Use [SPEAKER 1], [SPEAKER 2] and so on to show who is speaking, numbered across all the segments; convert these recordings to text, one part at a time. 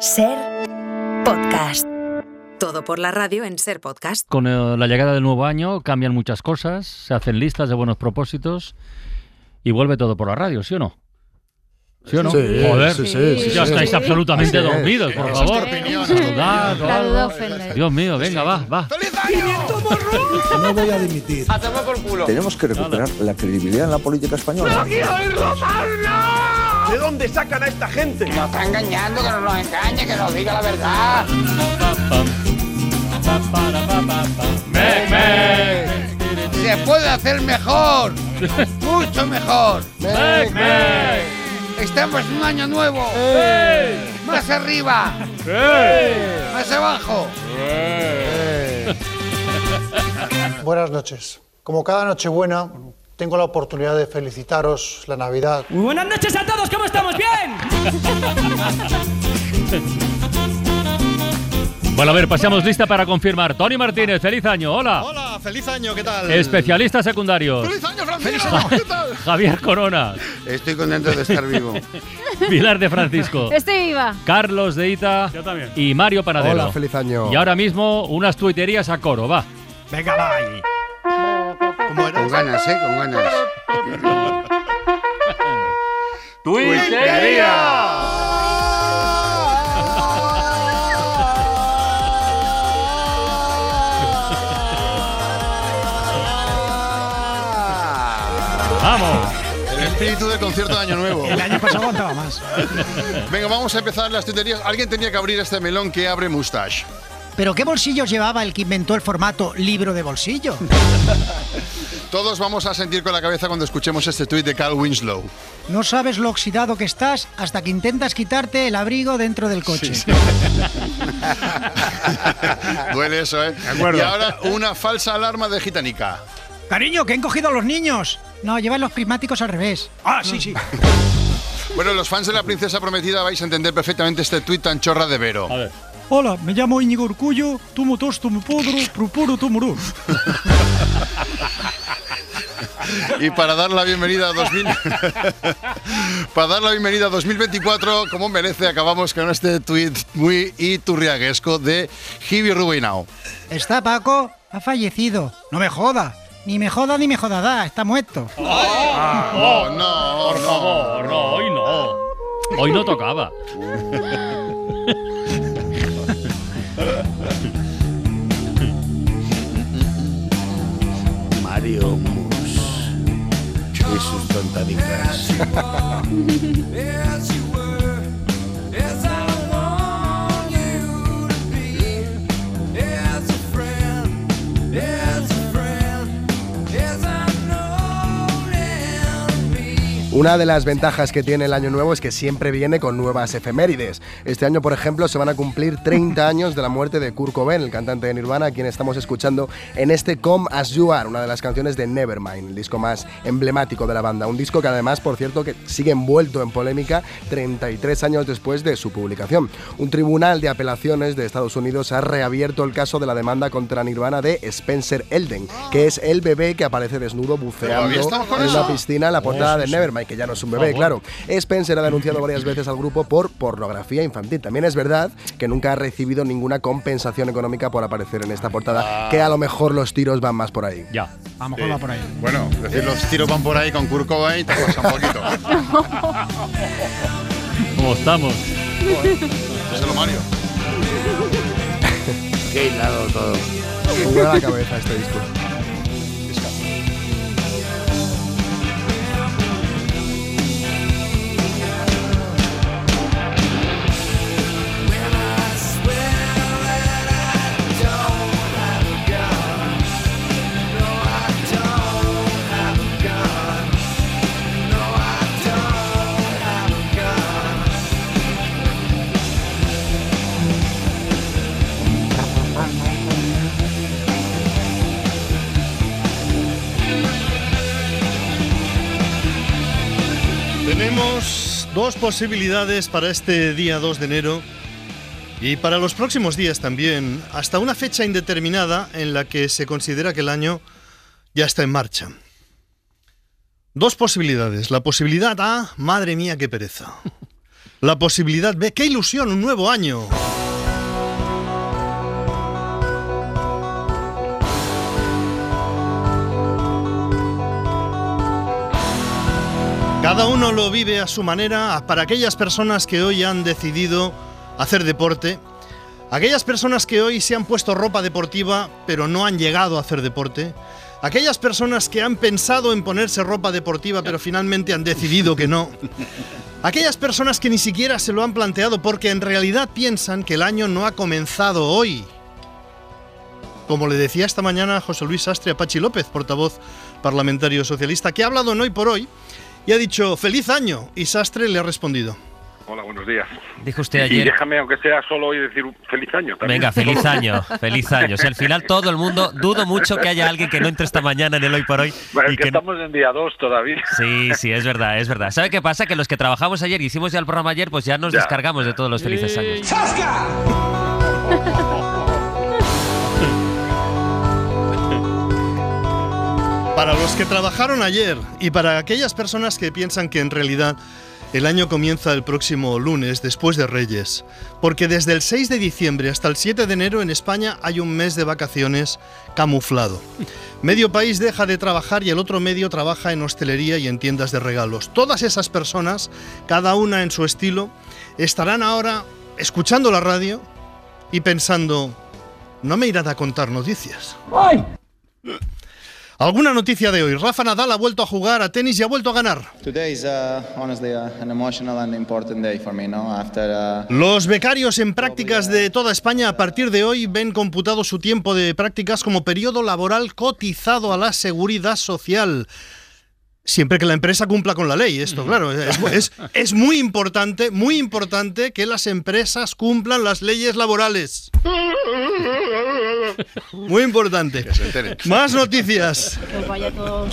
[SPEAKER 1] Ser podcast. Todo por la radio en Ser Podcast.
[SPEAKER 2] Con eh, la llegada del nuevo año cambian muchas cosas, se hacen listas de buenos propósitos y vuelve todo por la radio, ¿sí o no? ¿Sí o no?
[SPEAKER 3] Sí,
[SPEAKER 2] Joder,
[SPEAKER 3] sí, sí, sí,
[SPEAKER 2] ya
[SPEAKER 3] sí.
[SPEAKER 2] estáis absolutamente
[SPEAKER 3] Así es.
[SPEAKER 2] dormidos, por
[SPEAKER 4] Esa es tu
[SPEAKER 2] favor.
[SPEAKER 4] opinión.
[SPEAKER 2] Saludad, o
[SPEAKER 5] La
[SPEAKER 2] algo.
[SPEAKER 5] duda ofende.
[SPEAKER 2] Dios mío, venga, va, va.
[SPEAKER 3] No voy a dimitir.
[SPEAKER 6] Tenemos que recuperar la credibilidad en la política española.
[SPEAKER 7] ¿De dónde sacan a esta gente?
[SPEAKER 8] Nos está engañando, que no nos engañe, que nos diga la verdad. Se puede hacer mejor, mucho mejor. Estamos en un año nuevo. Más arriba. Más abajo.
[SPEAKER 3] Eh. Buenas noches. Como cada Nochebuena, tengo la oportunidad de felicitaros la Navidad.
[SPEAKER 9] Muy buenas noches a todos, ¿cómo estamos? ¡Bien!
[SPEAKER 2] Bueno, a ver, pasamos lista para confirmar. Tony Martínez, feliz año, hola.
[SPEAKER 4] Hola, feliz año, ¿qué tal?
[SPEAKER 2] Especialista secundario.
[SPEAKER 4] ¡Feliz año, Francisco! ¿Qué tal?
[SPEAKER 2] Javier Corona,
[SPEAKER 8] Estoy contento de estar vivo.
[SPEAKER 2] Pilar de Francisco.
[SPEAKER 5] Estoy viva.
[SPEAKER 2] Carlos de Ita y Mario Panadero.
[SPEAKER 3] Hola, feliz año.
[SPEAKER 2] Y ahora mismo unas tuiterías a coro, va.
[SPEAKER 4] Venga, va ahí. ¿Cómo era?
[SPEAKER 8] Con ganas, ¿eh? Con ganas.
[SPEAKER 2] ¡Vamos!
[SPEAKER 4] El espíritu del concierto de Año Nuevo.
[SPEAKER 9] El año pasado aguantaba más.
[SPEAKER 4] Venga, vamos a empezar las tuiterías. Alguien tenía que abrir este melón que abre mustache.
[SPEAKER 9] ¿Pero qué bolsillos llevaba el que inventó el formato libro de bolsillo?
[SPEAKER 4] Todos vamos a sentir con la cabeza cuando escuchemos este tuit de Carl Winslow.
[SPEAKER 9] No sabes lo oxidado que estás hasta que intentas quitarte el abrigo dentro del coche.
[SPEAKER 4] Duele eso, ¿eh? Y ahora una falsa alarma de gitanica.
[SPEAKER 9] Cariño, que han cogido a los niños. No, llevan los prismáticos al revés. Ah, sí, sí.
[SPEAKER 4] Bueno, los fans de la princesa prometida vais a entender perfectamente este tuit tan chorra de Vero.
[SPEAKER 2] A ver.
[SPEAKER 9] Hola, me llamo Íñigo Urcullo, tumo tos, tumo podro, propuro, tumurú.
[SPEAKER 4] Y para dar la bienvenida a 2000 para dar la bienvenida a 2024, como merece, acabamos con este tweet muy iturriaguesco de Hibi Rubinao.
[SPEAKER 9] Está Paco, ha fallecido. No me joda. Ni me joda ni me jodada, está muerto.
[SPEAKER 4] Oh, no,
[SPEAKER 2] Por favor, no, hoy no. Hoy no tocaba.
[SPEAKER 6] Mario Mus y sus tontadicas.
[SPEAKER 3] Una de las ventajas que tiene el Año Nuevo es que siempre viene con nuevas efemérides. Este año, por ejemplo, se van a cumplir 30 años de la muerte de Kurt Cobain, el cantante de Nirvana, a quien estamos escuchando en este Come As You Are, una de las canciones de Nevermind, el disco más emblemático de la banda. Un disco que además, por cierto, que sigue envuelto en polémica 33 años después de su publicación. Un tribunal de apelaciones de Estados Unidos ha reabierto el caso de la demanda contra Nirvana de Spencer Elden, que es el bebé que aparece desnudo buceando
[SPEAKER 4] ¿Todavía
[SPEAKER 3] en
[SPEAKER 4] estamos con
[SPEAKER 3] una
[SPEAKER 4] eso?
[SPEAKER 3] piscina Cristina, la portada de Nevermind, que ya no es un
[SPEAKER 10] Ah,
[SPEAKER 3] bebé, claro. Spencer ha denunciado varias veces al grupo por pornografía infantil. También es verdad que nunca ha recibido ninguna compensación económica por aparecer en esta
[SPEAKER 10] Ah.
[SPEAKER 3] portada, que a lo mejor los tiros van más por ahí.
[SPEAKER 2] Ya.
[SPEAKER 9] A lo mejor va por ahí.
[SPEAKER 4] Bueno, decir los tiros van por ahí con Kurt Cobain, te pasa un poquito.
[SPEAKER 2] ¿Cómo estamos?
[SPEAKER 4] Díselo, Mario.
[SPEAKER 6] Qué hilado todo.
[SPEAKER 3] Juega la cabeza este disco.
[SPEAKER 10] Tenemos dos posibilidades para este día 2 de enero y para los próximos días también, hasta una fecha indeterminada en la que se considera que el año ya está en marcha. Dos posibilidades. La posibilidad A, madre mía, qué pereza. la posibilidad. ¡Ve qué ilusión! ¡Un nuevo año! Cada uno lo vive a su manera. Ah, Para aquellas personas que hoy han decidido hacer deporte, aquellas personas que hoy se han puesto ropa deportiva pero no han llegado a hacer deporte, aquellas personas que han pensado en ponerse ropa deportiva pero finalmente han decidido que no, aquellas personas que ni siquiera se lo han planteado porque en realidad piensan que el año no ha comenzado hoy. Como le decía esta mañana José Luis Sastre a Pachi López, portavoz parlamentario socialista, que ha hablado en Hoy por Hoy y ha dicho feliz año y Sastre le ha respondido.
[SPEAKER 5] Hola, buenos días.
[SPEAKER 11] Dijo usted
[SPEAKER 5] Y
[SPEAKER 11] ayer.
[SPEAKER 5] déjame, aunque sea solo hoy, decir un feliz año. también.
[SPEAKER 11] Venga, feliz año, feliz año. O sea, al final todo el mundo, dudo mucho que haya alguien que no entre esta mañana en el hoy por hoy.
[SPEAKER 5] Bueno,
[SPEAKER 11] y
[SPEAKER 5] es que
[SPEAKER 11] que no-
[SPEAKER 5] estamos en día 2 todavía.
[SPEAKER 11] Sí, sí, es verdad, es verdad. ¿Sabe qué pasa? Que los que trabajamos ayer y hicimos ya el programa ayer, pues ya nos
[SPEAKER 5] Ya.
[SPEAKER 11] descargamos de todos los felices años.
[SPEAKER 10] Para los que trabajaron ayer y para aquellas personas que piensan que en realidad el año comienza el próximo lunes después de Reyes, porque desde el 6 de diciembre hasta el 7 de enero en España hay un mes de vacaciones camuflado. Medio país deja de trabajar y el otro medio trabaja en hostelería y en tiendas de regalos. Todas esas personas, cada una en su estilo, estarán ahora escuchando la radio y pensando, no me irán a contar noticias. ¿Alguna noticia de hoy? Rafa Nadal ha vuelto a jugar a tenis y ha vuelto a ganar.
[SPEAKER 12] Today is uh, honestly uh, an emotional and important day for me. No, after uh,
[SPEAKER 10] Los becarios en prácticas de toda España a partir de hoy ven computado su tiempo de prácticas como periodo laboral cotizado a la seguridad social. Siempre que la empresa cumpla con la ley, esto, claro. Es, es- es muy importante, muy importante que las empresas cumplan las leyes laborales. Muy importante. Más noticias.
[SPEAKER 13] que os Pues vaya a todos,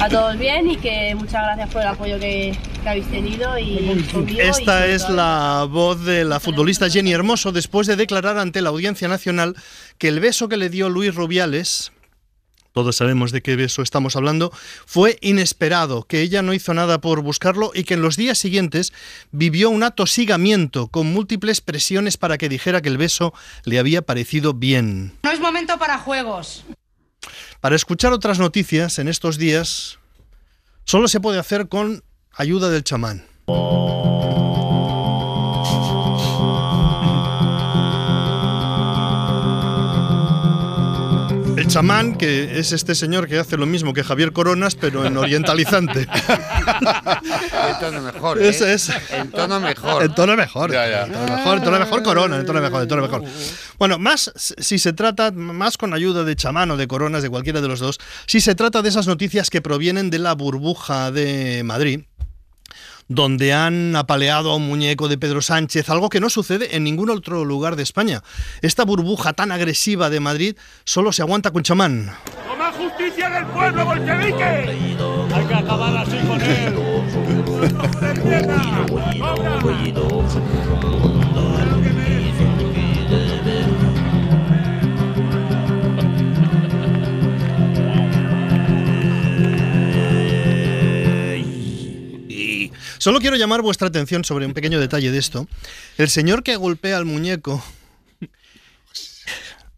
[SPEAKER 13] a todos bien y que muchas gracias por el apoyo que, que habéis tenido y
[SPEAKER 10] Este
[SPEAKER 13] conmigo y
[SPEAKER 10] Esta
[SPEAKER 13] sobre
[SPEAKER 10] es
[SPEAKER 13] todo-
[SPEAKER 10] la voz de la futbolista Jenny Hermoso después de declarar ante la Audiencia Nacional que el beso que le dio Luis Rubiales, todos sabemos de qué beso estamos hablando, fue inesperado, que ella no hizo nada por buscarlo y que en los días siguientes vivió un atosigamiento con múltiples presiones para que dijera que el beso le había parecido bien.
[SPEAKER 14] No es momento para juegos.
[SPEAKER 10] Para escuchar otras noticias en estos días, solo se puede hacer con ayuda del chamán. El chamán, que es este señor que hace lo mismo que Javier Coronas, pero en orientalizante.
[SPEAKER 15] En tono mejor.
[SPEAKER 10] Eso
[SPEAKER 15] ¿eh?
[SPEAKER 10] es.
[SPEAKER 15] En tono mejor.
[SPEAKER 10] En tono mejor.
[SPEAKER 15] Ya, ya. Uh,
[SPEAKER 10] En tono mejor, en tono mejor corona, en tono mejor, en tono mejor. Bueno, más s- si se trata, más con ayuda de chamán o de coronas, de cualquiera de los dos, si se trata de esas noticias que provienen de la burbuja de Madrid, donde han apaleado a un muñeco de Pedro Sánchez, algo que no sucede en ningún otro lugar de España. Esta burbuja tan agresiva de Madrid solo se aguanta con chamán.
[SPEAKER 7] ¡Toma justicia del pueblo, bolchevique! Hay que acabar así con él.
[SPEAKER 10] Solo quiero llamar vuestra atención sobre un pequeño detalle de esto. El señor que golpea al muñeco.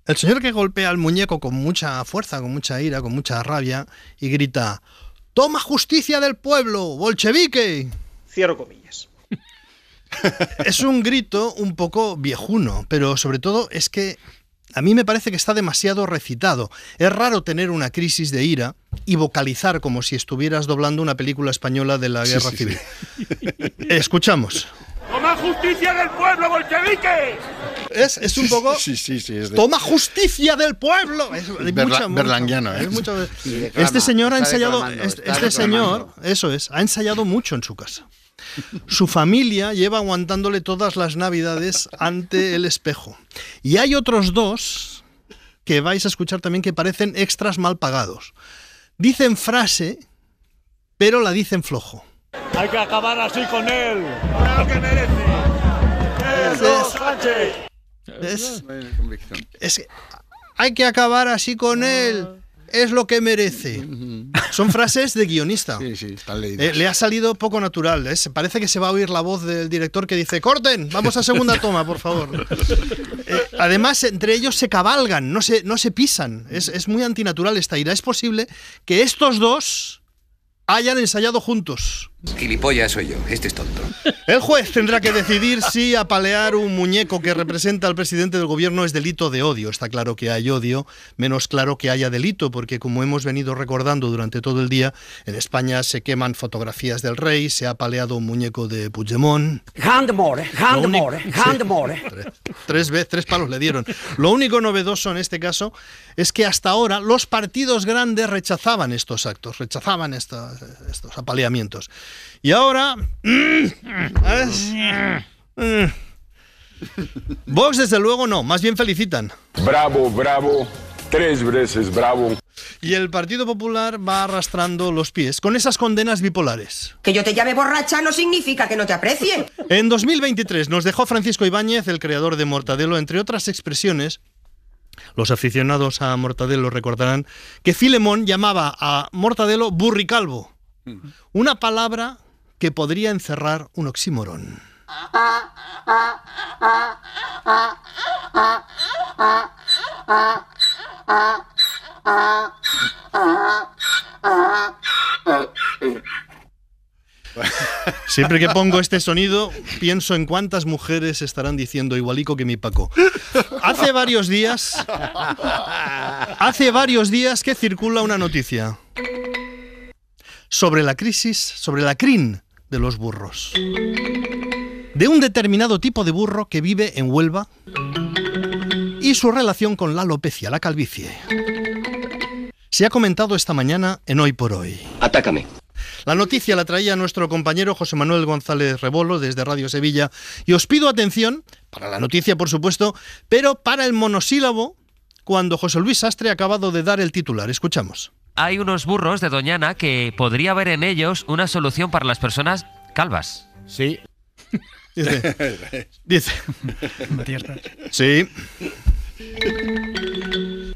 [SPEAKER 10] El señor que golpea al muñeco con mucha fuerza, con mucha ira, con mucha rabia y grita: ¡Toma justicia del pueblo, bolchevique!
[SPEAKER 7] Cierro comillas.
[SPEAKER 10] Es un grito un poco viejuno, pero sobre todo es que a mí me parece que está demasiado recitado. Es raro tener una crisis de ira y vocalizar como si estuvieras doblando una película española de la
[SPEAKER 7] Sí,
[SPEAKER 10] guerra
[SPEAKER 7] sí, sí.
[SPEAKER 10] civil. Escuchamos.
[SPEAKER 7] ¡Toma justicia del pueblo, bolchevique!
[SPEAKER 10] Es, es un poco.
[SPEAKER 4] Sí, sí, sí. es de-
[SPEAKER 10] ¡Toma justicia del pueblo! Es, es
[SPEAKER 4] Berla-
[SPEAKER 10] mucha- mucha-
[SPEAKER 4] berlanguiano, ¿eh?
[SPEAKER 10] es mucha-
[SPEAKER 4] Sí, declama,
[SPEAKER 10] este señor ha
[SPEAKER 4] está
[SPEAKER 10] ensayado.
[SPEAKER 4] declamando,
[SPEAKER 10] Este,
[SPEAKER 4] está
[SPEAKER 10] este señor,
[SPEAKER 4] declamando.
[SPEAKER 10] eso es, ha ensayado mucho en su casa. Su familia lleva aguantándole todas las navidades ante el espejo. Y hay otros dos que vais a escuchar también que parecen extras mal pagados. Dicen frase, pero la dicen flojo.
[SPEAKER 7] Hay que acabar así con él. ¡Ahora lo que merece! ¡Pedro Sánchez!
[SPEAKER 16] Eh,
[SPEAKER 10] Es que hay que acabar así con él. es lo que merece. Son frases de guionista.
[SPEAKER 4] Sí, sí, están
[SPEAKER 10] Eh,
[SPEAKER 4] leídas.
[SPEAKER 10] le ha salido poco natural. ¿eh? Se- Parece que se va a oír la voz del director que dice: ¡Corten! Vamos a segunda toma, por favor. Eh, además, entre ellos se cabalgan, no se, no se pisan. Es, es muy antinatural esta ira. Es posible que estos dos hayan ensayado juntos.
[SPEAKER 17] Gilipollas soy yo, este es tonto.
[SPEAKER 10] El juez tendrá que decidir si apalear un muñeco que representa al presidente del gobierno es delito de odio. Está claro que hay odio, menos claro que haya delito, porque como hemos venido recordando durante todo el día, en España se queman fotografías del rey, se ha apaleado un muñeco de Puigdemont.
[SPEAKER 18] Handmore, handmore,
[SPEAKER 10] Lo único-
[SPEAKER 18] handmore.
[SPEAKER 10] Sí, tres, tres veces, tres palos le dieron. Lo único novedoso en este caso es que hasta ahora los partidos grandes rechazaban estos actos, rechazaban esta- estos apaleamientos. Y ahora... ¿sabes? Vox desde luego no, más bien felicitan.
[SPEAKER 19] Bravo, bravo, tres veces bravo.
[SPEAKER 10] Y el Partido Popular va arrastrando los pies con esas condenas bipolares.
[SPEAKER 20] Que yo te llame borracha no significa que no te aprecie.
[SPEAKER 10] En 2023 nos dejó Francisco Ibáñez, el creador de Mortadelo, entre otras expresiones. Los aficionados a Mortadelo recordarán que Filemón llamaba a Mortadelo burricalvo, una palabra que podría encerrar un oxímoron. Siempre que pongo este sonido, pienso en cuántas mujeres estarán diciendo igualico que mi Paco. Hace varios días, hace varios días que circula una noticia sobre la crisis, sobre la crin de los burros. De un determinado tipo de burro que vive en Huelva y su relación con la alopecia, la calvicie. Se ha comentado esta mañana en Hoy por Hoy.
[SPEAKER 17] Atácame.
[SPEAKER 10] La noticia la traía nuestro compañero José Manuel González Rebolo desde Radio Sevilla y os pido atención, para la noticia por supuesto, pero para el monosílabo cuando José Luis Sastre ha acabado de dar el titular. Escuchamos.
[SPEAKER 11] Hay unos burros de Doñana que podría haber en ellos una solución para las personas calvas. Sí.
[SPEAKER 10] Dice. dice- sí.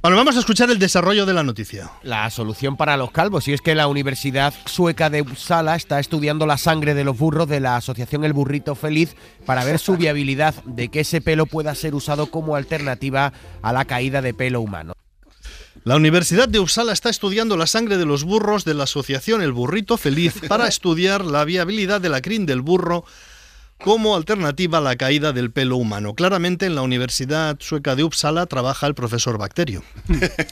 [SPEAKER 10] Bueno, vamos a escuchar el desarrollo de la noticia.
[SPEAKER 21] La solución para los calvos, y es que la Universidad Sueca de Uppsala está estudiando la sangre de los burros de la asociación El Burrito Feliz para ver su viabilidad de que ese pelo pueda ser usado como alternativa a la caída de pelo humano.
[SPEAKER 10] La Universidad de Uppsala está estudiando la sangre de los burros de la asociación El Burrito Feliz para estudiar la viabilidad de la crin del burro como alternativa a la caída del pelo humano. Claramente en la Universidad Sueca de Uppsala trabaja el profesor Bacterio.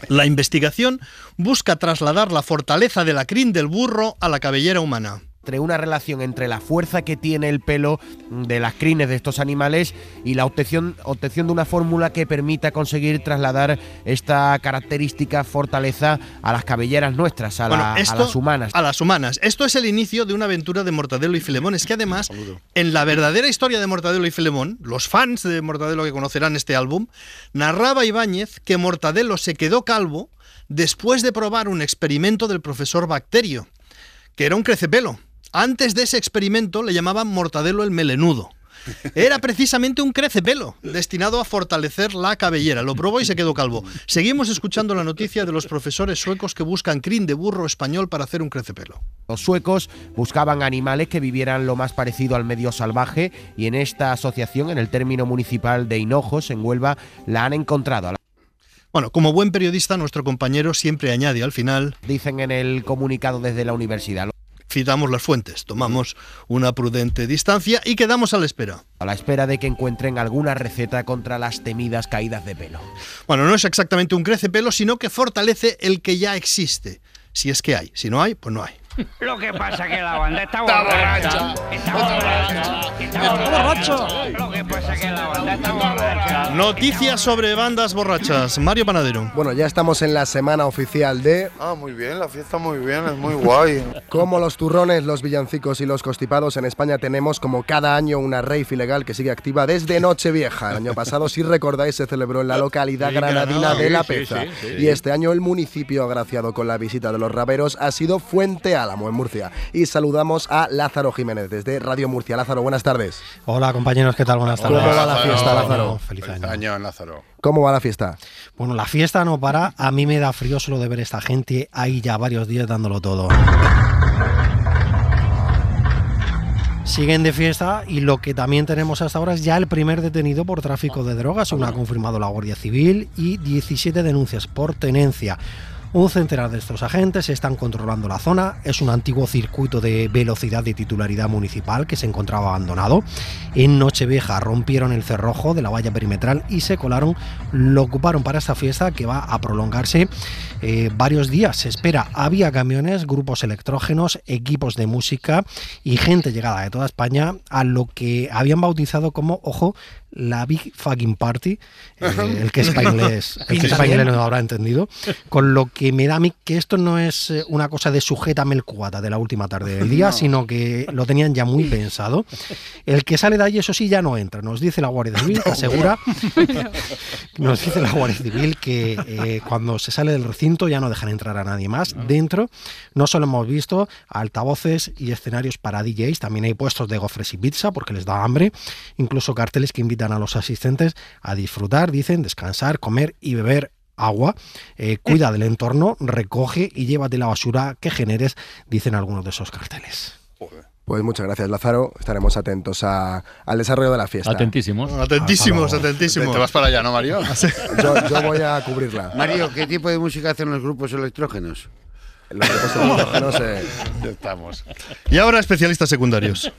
[SPEAKER 10] La investigación busca trasladar la fortaleza de la crin del burro a la cabellera humana.
[SPEAKER 21] Entre una relación entre la fuerza que tiene el pelo de las crines de estos animales y la obtención, obtención de una fórmula que permita conseguir trasladar esta característica fortaleza a las cabelleras nuestras, a, la-
[SPEAKER 10] Bueno, Ah.
[SPEAKER 21] a las humanas.
[SPEAKER 10] A las humanas. Esto es el inicio de una aventura de Mortadelo y Filemón. Es que además, en la verdadera historia de Mortadelo y Filemón, los fans de Mortadelo que conocerán este álbum, narraba Ibáñez que Mortadelo se quedó calvo después de probar un experimento del profesor Bacterio, que era un crecepelo. Antes de ese experimento le llamaban Mortadelo el melenudo. Era precisamente un crecepelo destinado a fortalecer la cabellera. Lo probó y se quedó calvo. Seguimos escuchando la noticia de los profesores suecos que buscan crin de burro español para hacer un crecepelo.
[SPEAKER 21] Los suecos buscaban animales que vivieran lo más parecido al medio salvaje y en esta asociación, en el término municipal de Hinojos, en Huelva, la han encontrado.
[SPEAKER 10] Bueno, como buen periodista, nuestro compañero siempre añade al final.
[SPEAKER 21] Dicen en el comunicado desde la universidad.
[SPEAKER 10] Citamos las fuentes, tomamos una prudente distancia y quedamos a la espera.
[SPEAKER 21] A la espera de que encuentren alguna receta contra las temidas caídas de pelo.
[SPEAKER 10] Bueno, no es exactamente un crecepelo, sino que fortalece el que ya existe. Si es que hay. Si no hay, pues no hay.
[SPEAKER 8] Lo que pasa que la banda está
[SPEAKER 7] Está
[SPEAKER 8] borracha.
[SPEAKER 7] borracha.
[SPEAKER 8] Está borracha. Está borracha. Lo que pasa que la banda está borracha.
[SPEAKER 10] Noticias sobre bandas borrachas. Mario Panadero.
[SPEAKER 3] Bueno, ya estamos en la semana oficial de...
[SPEAKER 15] Ah, muy bien, la fiesta muy bien, es muy guay.
[SPEAKER 3] Como los turrones, los villancicos y los constipados, en España tenemos como cada año una rave ilegal que sigue activa desde Nochevieja. El año pasado, si recordáis, se celebró en la localidad
[SPEAKER 22] Sí, Granada,
[SPEAKER 3] granadina de
[SPEAKER 22] sí,
[SPEAKER 3] La
[SPEAKER 22] sí,
[SPEAKER 3] Peza.
[SPEAKER 22] sí, sí.
[SPEAKER 3] Y este año el municipio, agraciado con la visita de los raveros, ha sido Fuente Álamo, en Murcia. Y saludamos a Lázaro Jiménez desde Radio Murcia. Lázaro, buenas tardes.
[SPEAKER 22] Hola compañeros, ¿qué tal? Buenas
[SPEAKER 3] ¿Cómo
[SPEAKER 22] tardes.
[SPEAKER 3] va la fiesta, Lázaro?
[SPEAKER 4] Feliz año. Lázaro.
[SPEAKER 3] ¿Cómo va la fiesta?
[SPEAKER 22] Bueno, la fiesta no para. A mí me da frío solo de ver esta gente ahí ya varios días dándolo todo. Siguen de fiesta y lo que también tenemos hasta ahora es ya el primer detenido por tráfico de drogas. Uno ha confirmado la Guardia Civil y 17 denuncias por tenencia. Un centenar de estos agentes están controlando la zona. Es un antiguo circuito de velocidad de titularidad municipal que se encontraba abandonado. En Nochevieja rompieron el cerrojo de la valla perimetral y se colaron. Lo ocuparon para esta fiesta que va a prolongarse eh, varios días. Se espera. Había camiones, grupos electrógenos, equipos de música y gente llegada de toda España a lo que habían bautizado como, ojo, la Big Fucking Party, eh, el que es inglés, el que es inglés no lo habrá entendido, con lo que me da a mí que esto no es eh, una cosa de sujeta melcuata de la última tarde del día,
[SPEAKER 23] No.
[SPEAKER 22] sino que lo tenían ya muy pensado. El que sale de ahí, eso sí, ya no entra, nos dice la Guardia Civil, que asegura, nos dice la Guardia Civil que eh, cuando se sale del recinto ya no dejan entrar a nadie más. Dentro no solo hemos visto altavoces y escenarios para DJs, también hay puestos de gofres y pizza porque les da hambre, incluso carteles que invitan a los asistentes a disfrutar, dicen, descansar, comer y beber agua, Eh, cuida del entorno, recoge y llévate la basura que generes, dicen algunos de esos carteles.
[SPEAKER 3] Pues muchas gracias, Lázaro. Estaremos atentos a- al desarrollo de la fiesta. Ah,
[SPEAKER 2] Atentísimos.
[SPEAKER 10] Atentísimos,
[SPEAKER 4] Te vas para allá, ¿no, Mario?
[SPEAKER 3] Yo, yo voy a cubrirla.
[SPEAKER 18] Mario, ¿qué tipo de música hacen los grupos electrógenos?
[SPEAKER 3] Los grupos electrógenos,
[SPEAKER 4] Pues,
[SPEAKER 3] eh.
[SPEAKER 4] Ya estamos.
[SPEAKER 10] Y ahora especialistas secundarios.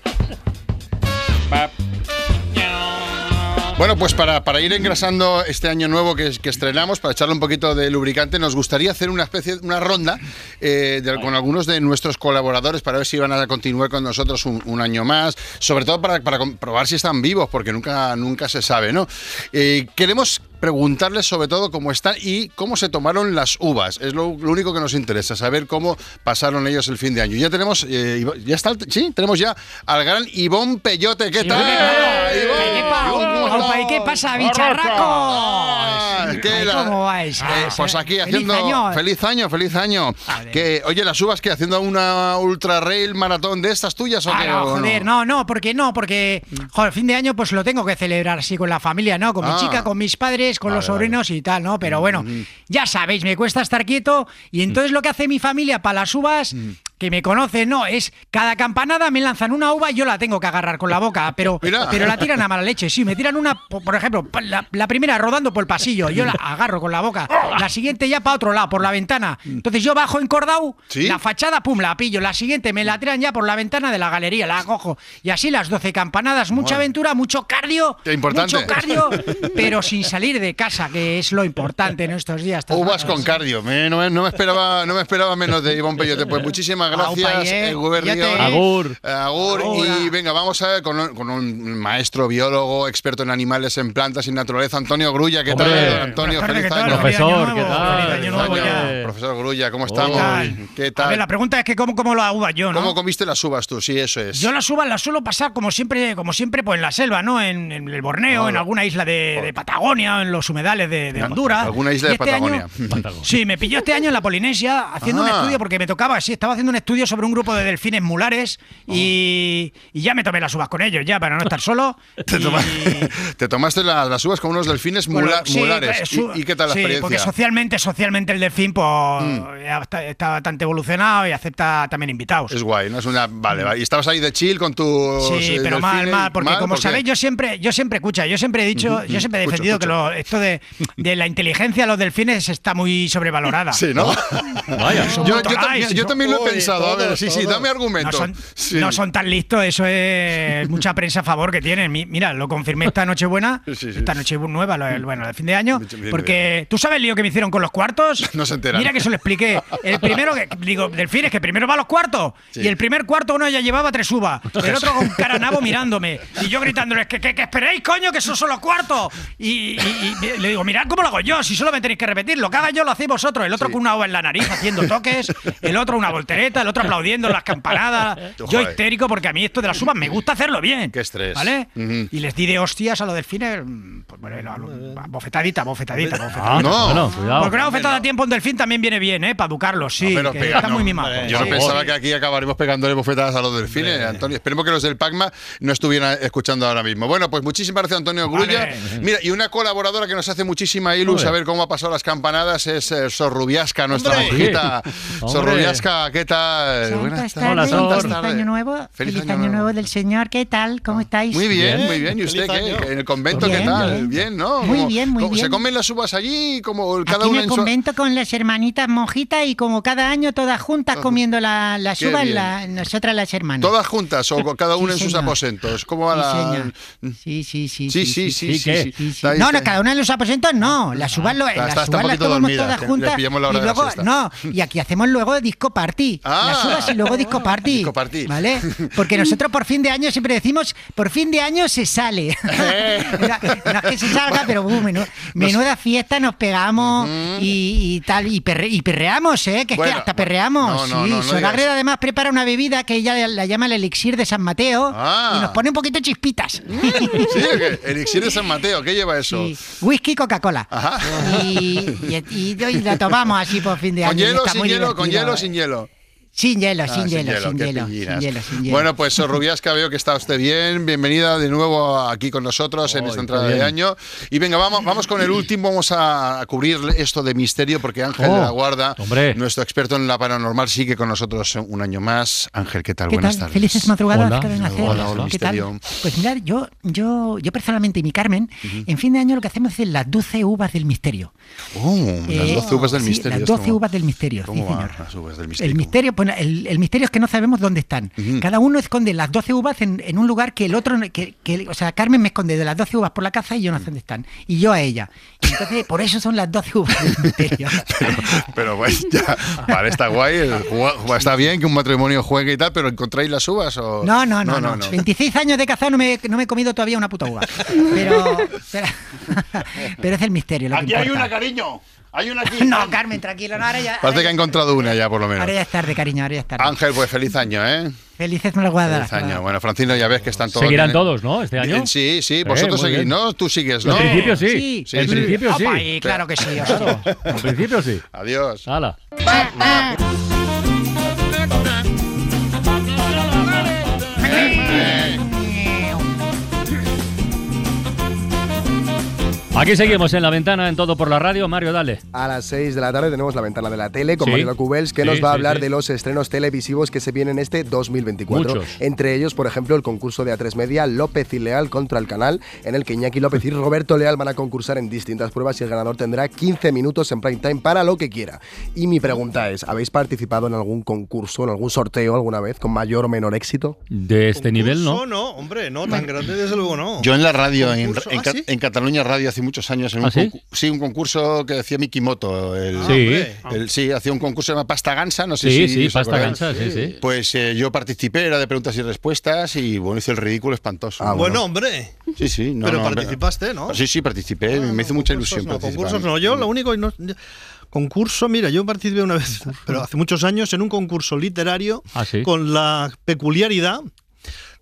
[SPEAKER 4] Bueno, pues para, para ir engrasando este año nuevo que, que estrenamos, para echarle un poquito de lubricante, nos gustaría hacer una especie, una ronda eh, de- con algunos de nuestros colaboradores para ver si van a continuar con nosotros un, un año más, sobre todo para, para comprobar si están vivos, porque nunca, nunca se sabe, ¿no? Eh, queremos preguntarles sobre todo cómo están y cómo se tomaron las uvas. Es lo, lo único que nos interesa, saber cómo pasaron ellos el fin de año. Ya tenemos, eh, Ivo- ya está, el- sí, tenemos ya al gran Ivón Peyote. ¿Qué tal? Ivón?
[SPEAKER 24] Opa, ¿y qué pasa, bicharraco?
[SPEAKER 4] ¿Qué
[SPEAKER 24] Ay,
[SPEAKER 4] la-
[SPEAKER 24] ¿Cómo vais?
[SPEAKER 4] Eh, pues aquí
[SPEAKER 24] Feliz
[SPEAKER 4] haciendo
[SPEAKER 24] año.
[SPEAKER 4] feliz año, feliz año. Que oye, las uvas que haciendo una ultra rail maratón de estas tuyas o
[SPEAKER 24] Ah,
[SPEAKER 4] qué?
[SPEAKER 24] no,
[SPEAKER 4] ¿O no?
[SPEAKER 24] joder, no, no, porque no, porque joder, fin de año pues lo tengo que celebrar así con la familia, ¿no? Con
[SPEAKER 4] Ah.
[SPEAKER 24] mi chica, con mis padres, con
[SPEAKER 4] Vale,
[SPEAKER 24] los sobrinos y tal, ¿no? Pero bueno, ya sabéis, me cuesta estar quieto
[SPEAKER 4] Mm.
[SPEAKER 24] y entonces lo que hace mi familia para las uvas, que me conocen, no, es cada campanada me lanzan una uva y yo la tengo que agarrar con la boca, pero,
[SPEAKER 4] Mira.
[SPEAKER 24] pero la tiran a mala leche, sí, me tiran una, po- por ejemplo, pa- la, la primera rodando por el pasillo, yo la agarro con la boca, la siguiente ya para otro lado, por la ventana, entonces yo bajo encordado,
[SPEAKER 4] Mm. ¿Sí?
[SPEAKER 24] la fachada, pum, la pillo, la siguiente me la tiran ya por la ventana de la galería, la cojo, y así las 12 campanadas, mucha aventura, mucho cardio,
[SPEAKER 4] Qué importante.
[SPEAKER 24] mucho cardio, pero sin salir de casa, que es lo importante en estos días. tan
[SPEAKER 4] Uvas
[SPEAKER 24] raros.
[SPEAKER 4] con cardio. Me- no, me- no me esperaba, no me esperaba menos de Iván Peyote. Pues muchísimas gracias,
[SPEAKER 24] Aupa, eh.
[SPEAKER 4] Eguber
[SPEAKER 24] Ya te
[SPEAKER 4] Ríos.
[SPEAKER 24] ves. Agur.
[SPEAKER 4] Agur. Y venga, vamos a ver con, un- con un maestro biólogo, experto en animales, en plantas y naturaleza, Antonio Grulla. ¿Qué tal,
[SPEAKER 2] Hombre.
[SPEAKER 4] Antonio?
[SPEAKER 24] Buenas tardes,
[SPEAKER 4] Feliz
[SPEAKER 24] ¿qué tal?
[SPEAKER 4] año.
[SPEAKER 2] Profesor, ¿qué tal?
[SPEAKER 4] Feliz
[SPEAKER 24] Feliz año nuevo
[SPEAKER 4] año,
[SPEAKER 24] ya.
[SPEAKER 4] Profesor Grulla, ¿cómo
[SPEAKER 24] ¿Qué
[SPEAKER 4] estamos?
[SPEAKER 24] tal?
[SPEAKER 4] ¿Qué
[SPEAKER 24] A ver,
[SPEAKER 4] tal?
[SPEAKER 24] la pregunta es que cómo como la uva yo, ¿no?
[SPEAKER 4] ¿Cómo comiste las uvas tú? Sí, eso es.
[SPEAKER 24] Yo las uvas las suelo pasar como siempre, como siempre, pues en la selva, ¿no? En, en el Borneo,
[SPEAKER 4] Hola.
[SPEAKER 24] en alguna isla de, de Patagonia, en los humedales de, de Honduras.
[SPEAKER 4] Alguna isla
[SPEAKER 24] Y
[SPEAKER 4] de
[SPEAKER 24] este
[SPEAKER 4] Patagonia.
[SPEAKER 24] año- Sí, me pilló este año en la Polinesia haciendo un
[SPEAKER 4] Ah.
[SPEAKER 24] estudio porque me tocaba, sí, estaba haciendo un estudio sobre un grupo de delfines mulares
[SPEAKER 4] Ah.
[SPEAKER 24] y, y ya me tomé las uvas con ellos, ya para no estar solo.
[SPEAKER 4] Te, toma- te tomaste la- las uvas con unos delfines
[SPEAKER 24] Bueno,
[SPEAKER 4] mula-
[SPEAKER 24] sí, eh, pues,
[SPEAKER 4] mulares.
[SPEAKER 24] su-
[SPEAKER 4] ¿Y, y qué tal la
[SPEAKER 24] sí, Porque
[SPEAKER 4] experiencia? Mm.
[SPEAKER 24] socialmente, socialmente el delfín pues, ya está, está bastante evolucionado y acepta también invitados.
[SPEAKER 4] Pues Es guay, ¿no? Es una. Vale, vale. Y estabas ahí de chill con tu. eh,
[SPEAKER 24] Sí, pero mal, mal, porque como sabéis, yo siempre, yo siempre escucha, yo siempre he dicho,
[SPEAKER 4] Ujú,
[SPEAKER 24] yo siempre he
[SPEAKER 4] escucho,
[SPEAKER 24] defendido
[SPEAKER 4] escucho.
[SPEAKER 24] que lo- esto de, de la inteligencia de los delfines está muy sobrevalorada.
[SPEAKER 4] Sí, ¿no?
[SPEAKER 24] Vaya.
[SPEAKER 4] Yo, yo también, yo también lo he pensado. a ver, sí, sí, dame
[SPEAKER 24] No
[SPEAKER 4] argumentos.
[SPEAKER 24] son,
[SPEAKER 4] Sí.
[SPEAKER 24] no son tan listos, eso es mucha prensa a favor que tienen. Mi- Mira, lo confirmé esta noche buena,
[SPEAKER 4] Sí, sí.
[SPEAKER 24] esta noche nueva, lo- el- bueno, el fin de año,
[SPEAKER 4] bien,
[SPEAKER 24] porque tú sabes el lío que me hicieron con los cuartos.
[SPEAKER 4] No se enteran.
[SPEAKER 24] Mira que se lo expliqué. El primero que digo, delfines, que primero va a los cuartos.
[SPEAKER 4] Sí.
[SPEAKER 24] Y el primer cuarto uno ya llevaba tres uvas. El otro con caranabo mirándome. Y yo gritándoles, que, que, que esperéis, coño, que esos son los cuartos. Y, y- y le digo, mirad cómo lo hago yo, si solo me tenéis que repetir. Lo que haga yo lo hacéis vosotros. El otro con una uva en la nariz haciendo toques. El otro una voltereta camiseta, el otro aplaudiendo las campanadas. Yo
[SPEAKER 4] Joder.
[SPEAKER 24] histérico porque a mí esto de las uvas me gusta hacerlo bien.
[SPEAKER 4] Qué estrés.
[SPEAKER 24] ¿Vale?
[SPEAKER 4] Ujú.
[SPEAKER 24] Y les di de hostias a lo del Finer. mm, Pues bueno, lo- lo- bofetadita,
[SPEAKER 1] Ah,
[SPEAKER 24] bofetadita, bofetadita.
[SPEAKER 4] no. Bueno, cuidado.
[SPEAKER 24] Porque una bofetada a tiempo en delfín también viene bien, ¿eh? Para educarlos, sí.
[SPEAKER 4] Pero
[SPEAKER 24] que
[SPEAKER 4] pega,
[SPEAKER 24] está
[SPEAKER 4] no.
[SPEAKER 24] muy mimado.
[SPEAKER 4] Yo no
[SPEAKER 24] Sí.
[SPEAKER 4] pensaba que aquí acabaremos pegándole bofetadas a los delfines, Antonio. Esperemos que los del Pacma no estuvieran escuchando ahora mismo. Bueno, pues muchísimas gracias, Antonio Grulla. Mira, y una colaboradora que nos hace muchísima ilusión
[SPEAKER 1] Hombre.
[SPEAKER 4] saber cómo ha pasado las campanadas es eh, Sor Rubiasca, nuestra
[SPEAKER 1] Hombre.
[SPEAKER 4] monjita.
[SPEAKER 1] Sí.
[SPEAKER 4] Sor
[SPEAKER 1] Hombre.
[SPEAKER 4] Rubiasca, ¿qué tal?
[SPEAKER 9] Santas
[SPEAKER 4] Buenas tardes.
[SPEAKER 9] tardes, feliz
[SPEAKER 4] tardes.
[SPEAKER 9] año nuevo,
[SPEAKER 4] Feliz
[SPEAKER 9] feliz,
[SPEAKER 4] año
[SPEAKER 9] año,
[SPEAKER 4] nuevo.
[SPEAKER 9] nuevo. del Señor, ¿qué tal? ¿Cómo estáis?
[SPEAKER 4] Muy bien, muy bien. ¿Y usted
[SPEAKER 9] Feliz
[SPEAKER 4] qué?
[SPEAKER 9] año.
[SPEAKER 4] ¿En el convento qué
[SPEAKER 9] Bien,
[SPEAKER 4] tal? Bien,
[SPEAKER 9] bien.
[SPEAKER 4] ¿no?
[SPEAKER 9] Muy
[SPEAKER 4] ¿Cómo-
[SPEAKER 9] bien, muy
[SPEAKER 4] cómo- ¿Se
[SPEAKER 9] bien.
[SPEAKER 4] comen las uvas allí? como cada
[SPEAKER 9] Aquí en
[SPEAKER 4] una
[SPEAKER 9] el
[SPEAKER 4] en su-
[SPEAKER 9] convento con las hermanitas monjitas y como cada año todas juntas comiendo la, las
[SPEAKER 4] Qué
[SPEAKER 9] uvas,
[SPEAKER 4] bien.
[SPEAKER 9] la- nosotras las hermanas.
[SPEAKER 4] ¿Todas juntas o con cada
[SPEAKER 9] Sí,
[SPEAKER 4] una en sus
[SPEAKER 9] señor.
[SPEAKER 4] aposentos? ¿Cómo va
[SPEAKER 9] Sí,
[SPEAKER 4] la...?
[SPEAKER 9] señor. Sí, sí, sí.
[SPEAKER 4] Sí, sí, sí, sí, sí. Está ahí,
[SPEAKER 9] No,
[SPEAKER 4] está
[SPEAKER 9] no,
[SPEAKER 4] ahí.
[SPEAKER 9] cada una de los aposentos no. Las uvas, lo-
[SPEAKER 4] Está-
[SPEAKER 9] las,
[SPEAKER 4] está un
[SPEAKER 9] uvas las
[SPEAKER 4] poquito
[SPEAKER 9] tomamos
[SPEAKER 4] dormida,
[SPEAKER 9] todas
[SPEAKER 4] le
[SPEAKER 9] juntas.
[SPEAKER 4] pillamos la hora
[SPEAKER 9] y
[SPEAKER 4] de la
[SPEAKER 9] luego,
[SPEAKER 4] siesta. Ah.
[SPEAKER 9] no, y aquí hacemos luego disco party. Las uvas y luego disco party. ¿Vale? Porque nosotros por fin de año siempre decimos, por fin de año se sale.
[SPEAKER 4] Eh.
[SPEAKER 9] Mira, no es que se salga, pero uh, menu- menuda fiesta nos pegamos y, y tal, y, perre- y perreamos, ¿eh? Que es
[SPEAKER 4] Bueno,
[SPEAKER 9] que hasta perreamos.
[SPEAKER 4] no, no,
[SPEAKER 9] sí.
[SPEAKER 4] no, no
[SPEAKER 9] Solar
[SPEAKER 4] digas
[SPEAKER 9] Red, además prepara una bebida que ella la llama el elixir de San Mateo
[SPEAKER 4] Ah.
[SPEAKER 9] y nos pone un poquito chispitas.
[SPEAKER 4] ¿Sí o qué? Elixir de San Mateo, ¿qué lleva eso?
[SPEAKER 9] Whisky, Coca-Cola.
[SPEAKER 4] Ajá.
[SPEAKER 9] Y, y, y- y la tomamos así por fin de año.
[SPEAKER 4] ¿Con
[SPEAKER 9] y
[SPEAKER 4] hielo,
[SPEAKER 9] está
[SPEAKER 4] sin
[SPEAKER 9] muy
[SPEAKER 4] hielo, con
[SPEAKER 9] divertido. eh.
[SPEAKER 4] hielo, sin hielo?
[SPEAKER 9] Sin hielo,
[SPEAKER 4] Ah,
[SPEAKER 9] sin hielo, sin
[SPEAKER 4] qué
[SPEAKER 9] hielo, sin
[SPEAKER 4] pillinas.
[SPEAKER 9] hielo, sin hielo.
[SPEAKER 4] Bueno, pues Sor Rubiasca, veo que está usted bien. Bienvenida de nuevo aquí con nosotros en esta entrada
[SPEAKER 1] bien.
[SPEAKER 4] de año. Y venga, vamos, vamos con el último. Vamos a cubrir esto de misterio porque Ángel
[SPEAKER 1] Oh,
[SPEAKER 4] de la Guarda,
[SPEAKER 1] hombre.
[SPEAKER 4] nuestro experto en la paranormal, sigue con nosotros un año más. Ángel, ¿qué tal?
[SPEAKER 9] ¿Qué
[SPEAKER 4] Buenas
[SPEAKER 9] tal?
[SPEAKER 4] tardes.
[SPEAKER 9] Felices madrugadas,
[SPEAKER 4] Hola.
[SPEAKER 9] Carmen Acero.
[SPEAKER 4] Hola, hola,
[SPEAKER 9] ¿Qué tal?
[SPEAKER 4] misterio.
[SPEAKER 9] Pues mirad, yo, yo, yo personalmente y mi Carmen, en fin de año lo que hacemos es las 12 uvas del misterio.
[SPEAKER 4] Oh, las
[SPEAKER 9] Eh,
[SPEAKER 4] 12 uvas del
[SPEAKER 9] sí,
[SPEAKER 4] misterio.
[SPEAKER 9] Las
[SPEAKER 4] esto
[SPEAKER 9] 12
[SPEAKER 4] va.
[SPEAKER 9] uvas del misterio, sí,
[SPEAKER 4] ¿Cómo van
[SPEAKER 9] señor.
[SPEAKER 4] las uvas del
[SPEAKER 9] El
[SPEAKER 4] misterio?
[SPEAKER 9] misterio, pues, el, el misterio es que no sabemos dónde están. Cada uno esconde las 12 uvas en, en un lugar que el otro, no- que, que- o sea, Carmen me esconde de las 12 uvas por la casa y yo no sé dónde están. Y yo a ella. Y entonces, por eso son las 12 uvas del misterio.
[SPEAKER 4] Pero pues, ya, vale, está guay. el jugua- Está bien que un matrimonio juegue y tal, pero ¿encontráis las uvas o...?
[SPEAKER 9] No, no, no, no, 26 años de casado no me, no me he comido todavía una puta uva. Pero, pero, pero es el misterio. Lo
[SPEAKER 15] Aquí
[SPEAKER 9] que
[SPEAKER 15] hay
[SPEAKER 9] importa.
[SPEAKER 15] una, cariño. Hay una aquí.
[SPEAKER 9] No, Carmen, tranquilo. No, ahora, ya, ahora,
[SPEAKER 4] Parece que ha encontrado una ya, por lo menos.
[SPEAKER 9] ahora ya es tarde, cariño. Ahora ya es tarde.
[SPEAKER 4] Ángel, pues feliz año, ¿eh?
[SPEAKER 9] Felices madrugadas.
[SPEAKER 4] Feliz año. Bueno, Francino, ya ves que están todos.
[SPEAKER 2] Seguirán
[SPEAKER 4] bien, ¿eh?
[SPEAKER 2] todos, ¿no? Este año.
[SPEAKER 4] Bien, Sí, sí, vosotros
[SPEAKER 2] muy
[SPEAKER 4] seguís,
[SPEAKER 2] bien.
[SPEAKER 4] ¿no? Tú sigues, ¿no?
[SPEAKER 2] Al principio sí. Al principio sí.
[SPEAKER 9] Opa, y claro que sí. o sea,
[SPEAKER 2] Al principio sí.
[SPEAKER 4] Adiós.
[SPEAKER 2] Hala.
[SPEAKER 4] Eh,
[SPEAKER 2] Aquí seguimos en la ventana, en todo por la radio. Mario, dale.
[SPEAKER 3] A las 6 de la tarde tenemos la ventana de la tele con
[SPEAKER 2] Sí.
[SPEAKER 3] Marilo Cubels, que
[SPEAKER 2] Sí,
[SPEAKER 3] nos va a
[SPEAKER 2] sí,
[SPEAKER 3] hablar
[SPEAKER 2] sí.
[SPEAKER 3] de los estrenos televisivos que se vienen este 2024.
[SPEAKER 2] Muchos.
[SPEAKER 3] Entre ellos, por ejemplo, el concurso de A3 Media López y Leal contra el canal, en el que Iñaki López y Roberto Leal van a concursar en distintas pruebas y el ganador tendrá 15 minutos en prime time para lo que quiera. Y mi pregunta es: ¿habéis participado en algún concurso, en algún sorteo alguna vez con mayor o menor éxito?
[SPEAKER 2] De este nivel,
[SPEAKER 10] No,
[SPEAKER 2] ¿no?
[SPEAKER 10] no, hombre, no, tan grande desde luego no.
[SPEAKER 4] Yo en la radio, en,
[SPEAKER 10] Concurso,
[SPEAKER 4] en
[SPEAKER 10] ¿ah,
[SPEAKER 4] Ca-
[SPEAKER 10] sí?
[SPEAKER 4] en Cataluña Radio, hace muchos años, en un,
[SPEAKER 2] ¿Ah, sí?
[SPEAKER 4] concu- sí, un concurso que hacía Miki Moto. El,
[SPEAKER 2] Ah, hombre.
[SPEAKER 4] el- sí, hacía un concurso llamado Pasta Gansa, no sé
[SPEAKER 2] Sí,
[SPEAKER 4] si.
[SPEAKER 2] sí,
[SPEAKER 4] os
[SPEAKER 2] Pasta
[SPEAKER 4] acordáis.
[SPEAKER 2] Gansa, sí, sí.
[SPEAKER 4] Pues eh, yo participé, era de preguntas y respuestas y bueno, hice el ridículo espantoso.
[SPEAKER 9] Ah,
[SPEAKER 10] Bueno, hombre,
[SPEAKER 4] Sí, sí, Ah, no,
[SPEAKER 10] pero
[SPEAKER 4] no, hombre.
[SPEAKER 10] participaste, ¿no?
[SPEAKER 4] Pues Sí, sí, participé, me hizo mucha ilusión.
[SPEAKER 10] no,
[SPEAKER 4] participar.
[SPEAKER 10] concursos no. Yo lo único. no- concurso, mira, yo participé una vez, pero hace muchos años, en un concurso literario
[SPEAKER 2] Ah, sí.
[SPEAKER 10] con la peculiaridad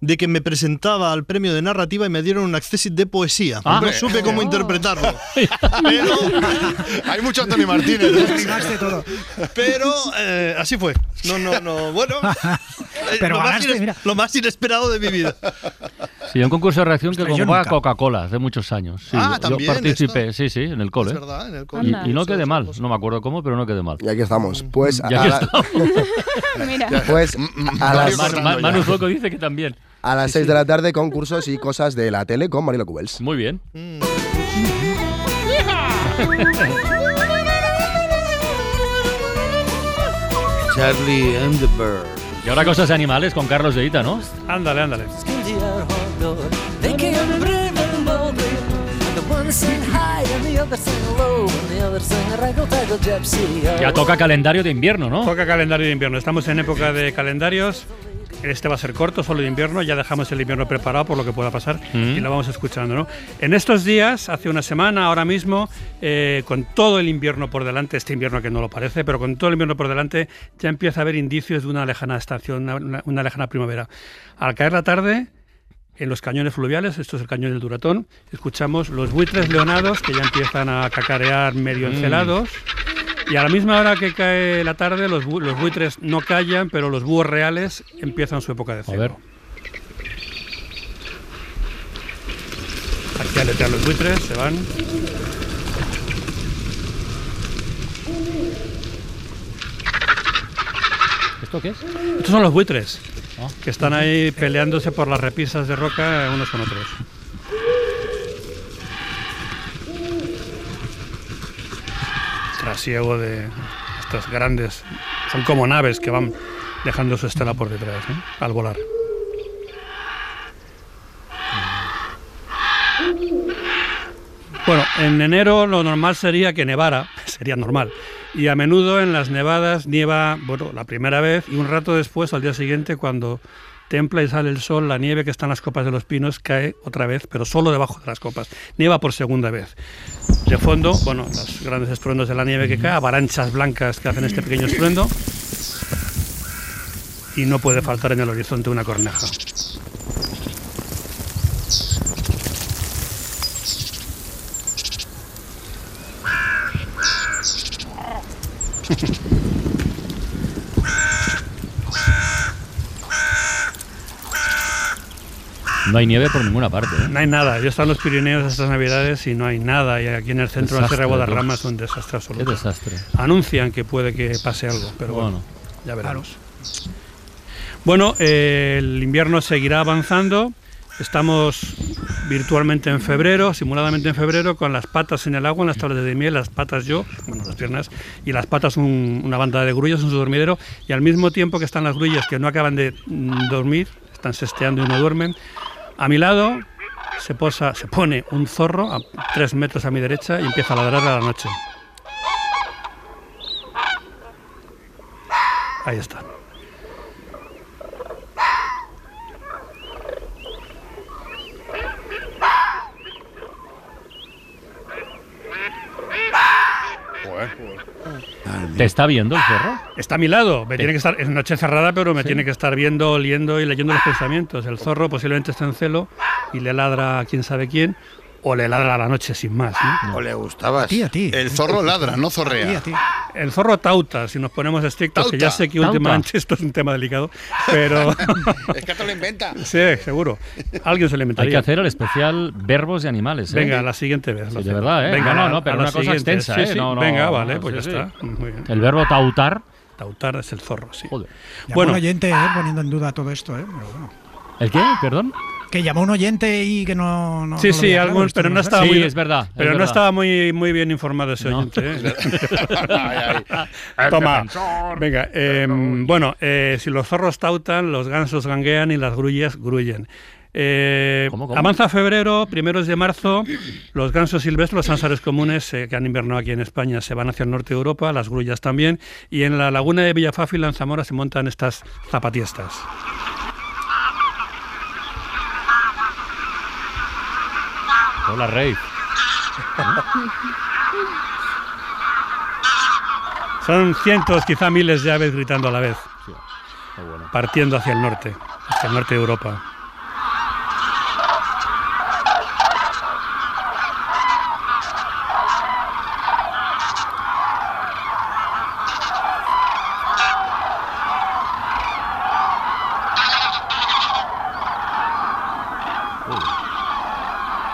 [SPEAKER 10] de que me presentaba al premio de narrativa y me dieron un accessit de poesía.
[SPEAKER 2] Ah.
[SPEAKER 10] no supe cómo interpretarlo.
[SPEAKER 4] Hay mucho Antonio Martínez.
[SPEAKER 10] Pero eh, así fue. No, no, no. Bueno. eh,
[SPEAKER 9] Pero
[SPEAKER 10] lo, más
[SPEAKER 9] ganaste,
[SPEAKER 10] ines-
[SPEAKER 9] mira.
[SPEAKER 10] lo más inesperado de mi vida.
[SPEAKER 2] Sí, un concurso de reacción que
[SPEAKER 10] Ostras, yo
[SPEAKER 2] convocaba
[SPEAKER 10] nunca.
[SPEAKER 2] Coca-Cola hace muchos años. Sí,
[SPEAKER 10] Ah,
[SPEAKER 2] yo- yo
[SPEAKER 10] también,
[SPEAKER 2] participé, sí, sí, en el cole.
[SPEAKER 10] Es
[SPEAKER 16] ¿eh?
[SPEAKER 10] verdad, en el
[SPEAKER 2] Y-
[SPEAKER 10] cole.
[SPEAKER 2] Y, no quedé mal, no me acuerdo cómo, pero no quedé mal.
[SPEAKER 3] Y aquí estamos. Pues
[SPEAKER 2] Y aquí
[SPEAKER 3] a, la-
[SPEAKER 2] estamos.
[SPEAKER 3] pues, a
[SPEAKER 2] Mario
[SPEAKER 3] las
[SPEAKER 2] Cortando Ma- ya. Manu Zuoco dice que también.
[SPEAKER 3] A las 6 de la tarde, concursos y cosas de la tele con Marilo Cubels.
[SPEAKER 2] Muy bien.
[SPEAKER 18] Charlie and the Bird.
[SPEAKER 2] Y ahora cosas de animales con Carlos de Ita, ¿no?
[SPEAKER 23] Ándale, ándale.
[SPEAKER 16] They came brimming boldly. And the one sang high and the other sang low. And the other sang raggle taggle gypsy.
[SPEAKER 2] Ya toca calendario de invierno, ¿no?
[SPEAKER 23] Toca calendario de invierno. Estamos en época de calendarios.
[SPEAKER 1] este va a ser corto, solo de invierno, ya dejamos el invierno preparado por lo que pueda pasar
[SPEAKER 2] Mm.
[SPEAKER 1] y lo vamos escuchando. ¿no? En estos días, hace una semana, ahora mismo, eh, con todo el invierno por delante, este invierno que no lo parece, pero con todo el invierno por delante, ya empieza a haber indicios de una lejana estación, una- una, una lejana primavera. Al caer la tarde, en los cañones fluviales, esto es el cañón del Duratón, escuchamos los buitres leonados que ya empiezan a cacarear medio
[SPEAKER 5] Mm.
[SPEAKER 1] encelados. Y a la misma hora que cae la tarde, los, bu- los buitres no callan, pero los búhos reales empiezan su época de celo.
[SPEAKER 2] ver.
[SPEAKER 1] Aquí aletean los buitres, se van.
[SPEAKER 2] ¿Esto qué es?
[SPEAKER 1] Estos son los buitres,
[SPEAKER 2] Ah.
[SPEAKER 1] que están ahí peleándose por las repisas de roca eh, unos con otros. Trasiego de estas grandes. Son como naves que van dejando su estela por detrás, ¿eh? al volar. Bueno, en enero lo normal sería que nevara, sería normal. Y a menudo en las nevadas nieva, bueno, la primera vez y un rato después, al día siguiente, cuando templa y sale el sol, la nieve que está en las copas de los pinos cae otra vez, pero solo debajo de las copas. Nieva por segunda vez. De fondo, bueno, los grandes estruendos de la nieve que cae, avalanchas blancas que hacen este pequeño estruendo. Y no puede faltar en el horizonte una corneja.
[SPEAKER 2] No hay nieve por ninguna parte. ¿eh?
[SPEAKER 1] No hay nada. Yo he estado en los Pirineos estas Navidades y no hay nada. Y aquí en el centro de la Sierra de
[SPEAKER 2] Desastre,
[SPEAKER 1] Guadarrama
[SPEAKER 2] tú.
[SPEAKER 1] es un desastre absoluto.
[SPEAKER 2] Qué desastre.
[SPEAKER 1] Anuncian que puede que pase algo, pero bueno,
[SPEAKER 2] Bueno.
[SPEAKER 1] ya veremos. Bueno, eh, el invierno seguirá avanzando. Estamos virtualmente en febrero, simuladamente en febrero, con las patas en el agua, en las tablas de miel, las patas yo, bueno, las piernas, y las patas un- una banda de grullas en su dormidero, y al mismo tiempo que están las grullas que no acaban de mm, dormir, están sesteando y no duermen, a mi lado se, posa, se pone un zorro a tres metros a mi derecha y empieza a ladrar a la noche. Ahí está.
[SPEAKER 2] ¿Te está viendo el zorro?
[SPEAKER 1] Ah, Está a mi lado, me tiene que estar, es noche cerrada, pero me
[SPEAKER 2] Sí. Ah.
[SPEAKER 1] tiene que estar viendo, oliendo y leyendo los pensamientos. El zorro posiblemente está en celo y le ladra a quién sabe quién, o le ladra a la noche sin más. ¿no?
[SPEAKER 4] O le gustabas.
[SPEAKER 1] ti, a ti.
[SPEAKER 4] El zorro ladra, no zorrea.
[SPEAKER 1] El zorro tauta, si nos ponemos estrictos, que
[SPEAKER 4] Tauta,
[SPEAKER 1] ya sé que
[SPEAKER 4] tauta.
[SPEAKER 1] últimamente esto es un tema delicado, pero
[SPEAKER 4] Es que te lo inventa.
[SPEAKER 1] sí, seguro. Alguien se lo inventaría.
[SPEAKER 2] Hay que hacer el especial verbos de animales. ¿eh?
[SPEAKER 1] Venga, la siguiente vez.
[SPEAKER 2] Sí,
[SPEAKER 1] lo
[SPEAKER 2] de
[SPEAKER 1] hacemos.
[SPEAKER 2] verdad, ¿eh?
[SPEAKER 1] Venga,
[SPEAKER 2] no,
[SPEAKER 1] la-
[SPEAKER 2] no, no, pero
[SPEAKER 1] a la
[SPEAKER 2] una cosa
[SPEAKER 1] siguiente.
[SPEAKER 2] extensa,
[SPEAKER 1] Sí,
[SPEAKER 2] ¿eh?
[SPEAKER 1] sí,
[SPEAKER 2] No, no,
[SPEAKER 1] venga,
[SPEAKER 2] no,
[SPEAKER 1] vale,
[SPEAKER 2] no,
[SPEAKER 1] pues
[SPEAKER 2] sí,
[SPEAKER 1] ya
[SPEAKER 2] sí.
[SPEAKER 1] está. Muy bien.
[SPEAKER 2] El verbo tautar.
[SPEAKER 1] Tautar es el zorro, sí.
[SPEAKER 24] bueno,
[SPEAKER 1] Bueno.
[SPEAKER 24] un oyente eh, poniendo en duda todo esto, eh, pero bueno.
[SPEAKER 2] ¿El qué? Perdón.
[SPEAKER 24] Que llamó un oyente y que no. no-
[SPEAKER 1] sí,
[SPEAKER 24] no lo
[SPEAKER 1] sí,
[SPEAKER 24] veía
[SPEAKER 1] algo,
[SPEAKER 24] claro, esto
[SPEAKER 1] pero no
[SPEAKER 24] es
[SPEAKER 1] estaba
[SPEAKER 24] verdad.
[SPEAKER 1] muy pero no estaba muy, muy bien informado ese
[SPEAKER 24] No.
[SPEAKER 1] oyente. ¿eh?
[SPEAKER 24] Ay,
[SPEAKER 4] ay.
[SPEAKER 1] Toma.
[SPEAKER 4] Este
[SPEAKER 1] Venga, eh, bueno, eh, si los zorros tautan, los gansos ganguean y las grullas grullen. Eh,
[SPEAKER 2] cómo?
[SPEAKER 1] Avanza febrero, primeros de marzo, los gansos silvestres, los ánsares comunes eh, que han invernado aquí en España se van hacia el norte de Europa, las grullas también, y en la laguna de Villafáfila, en Zamora, se montan estas zapatiestas.
[SPEAKER 2] Hola, Rey.
[SPEAKER 1] Son cientos, quizá miles de aves gritando a la vez,
[SPEAKER 2] Muy bueno.
[SPEAKER 1] partiendo hacia el norte, hacia el norte de Europa.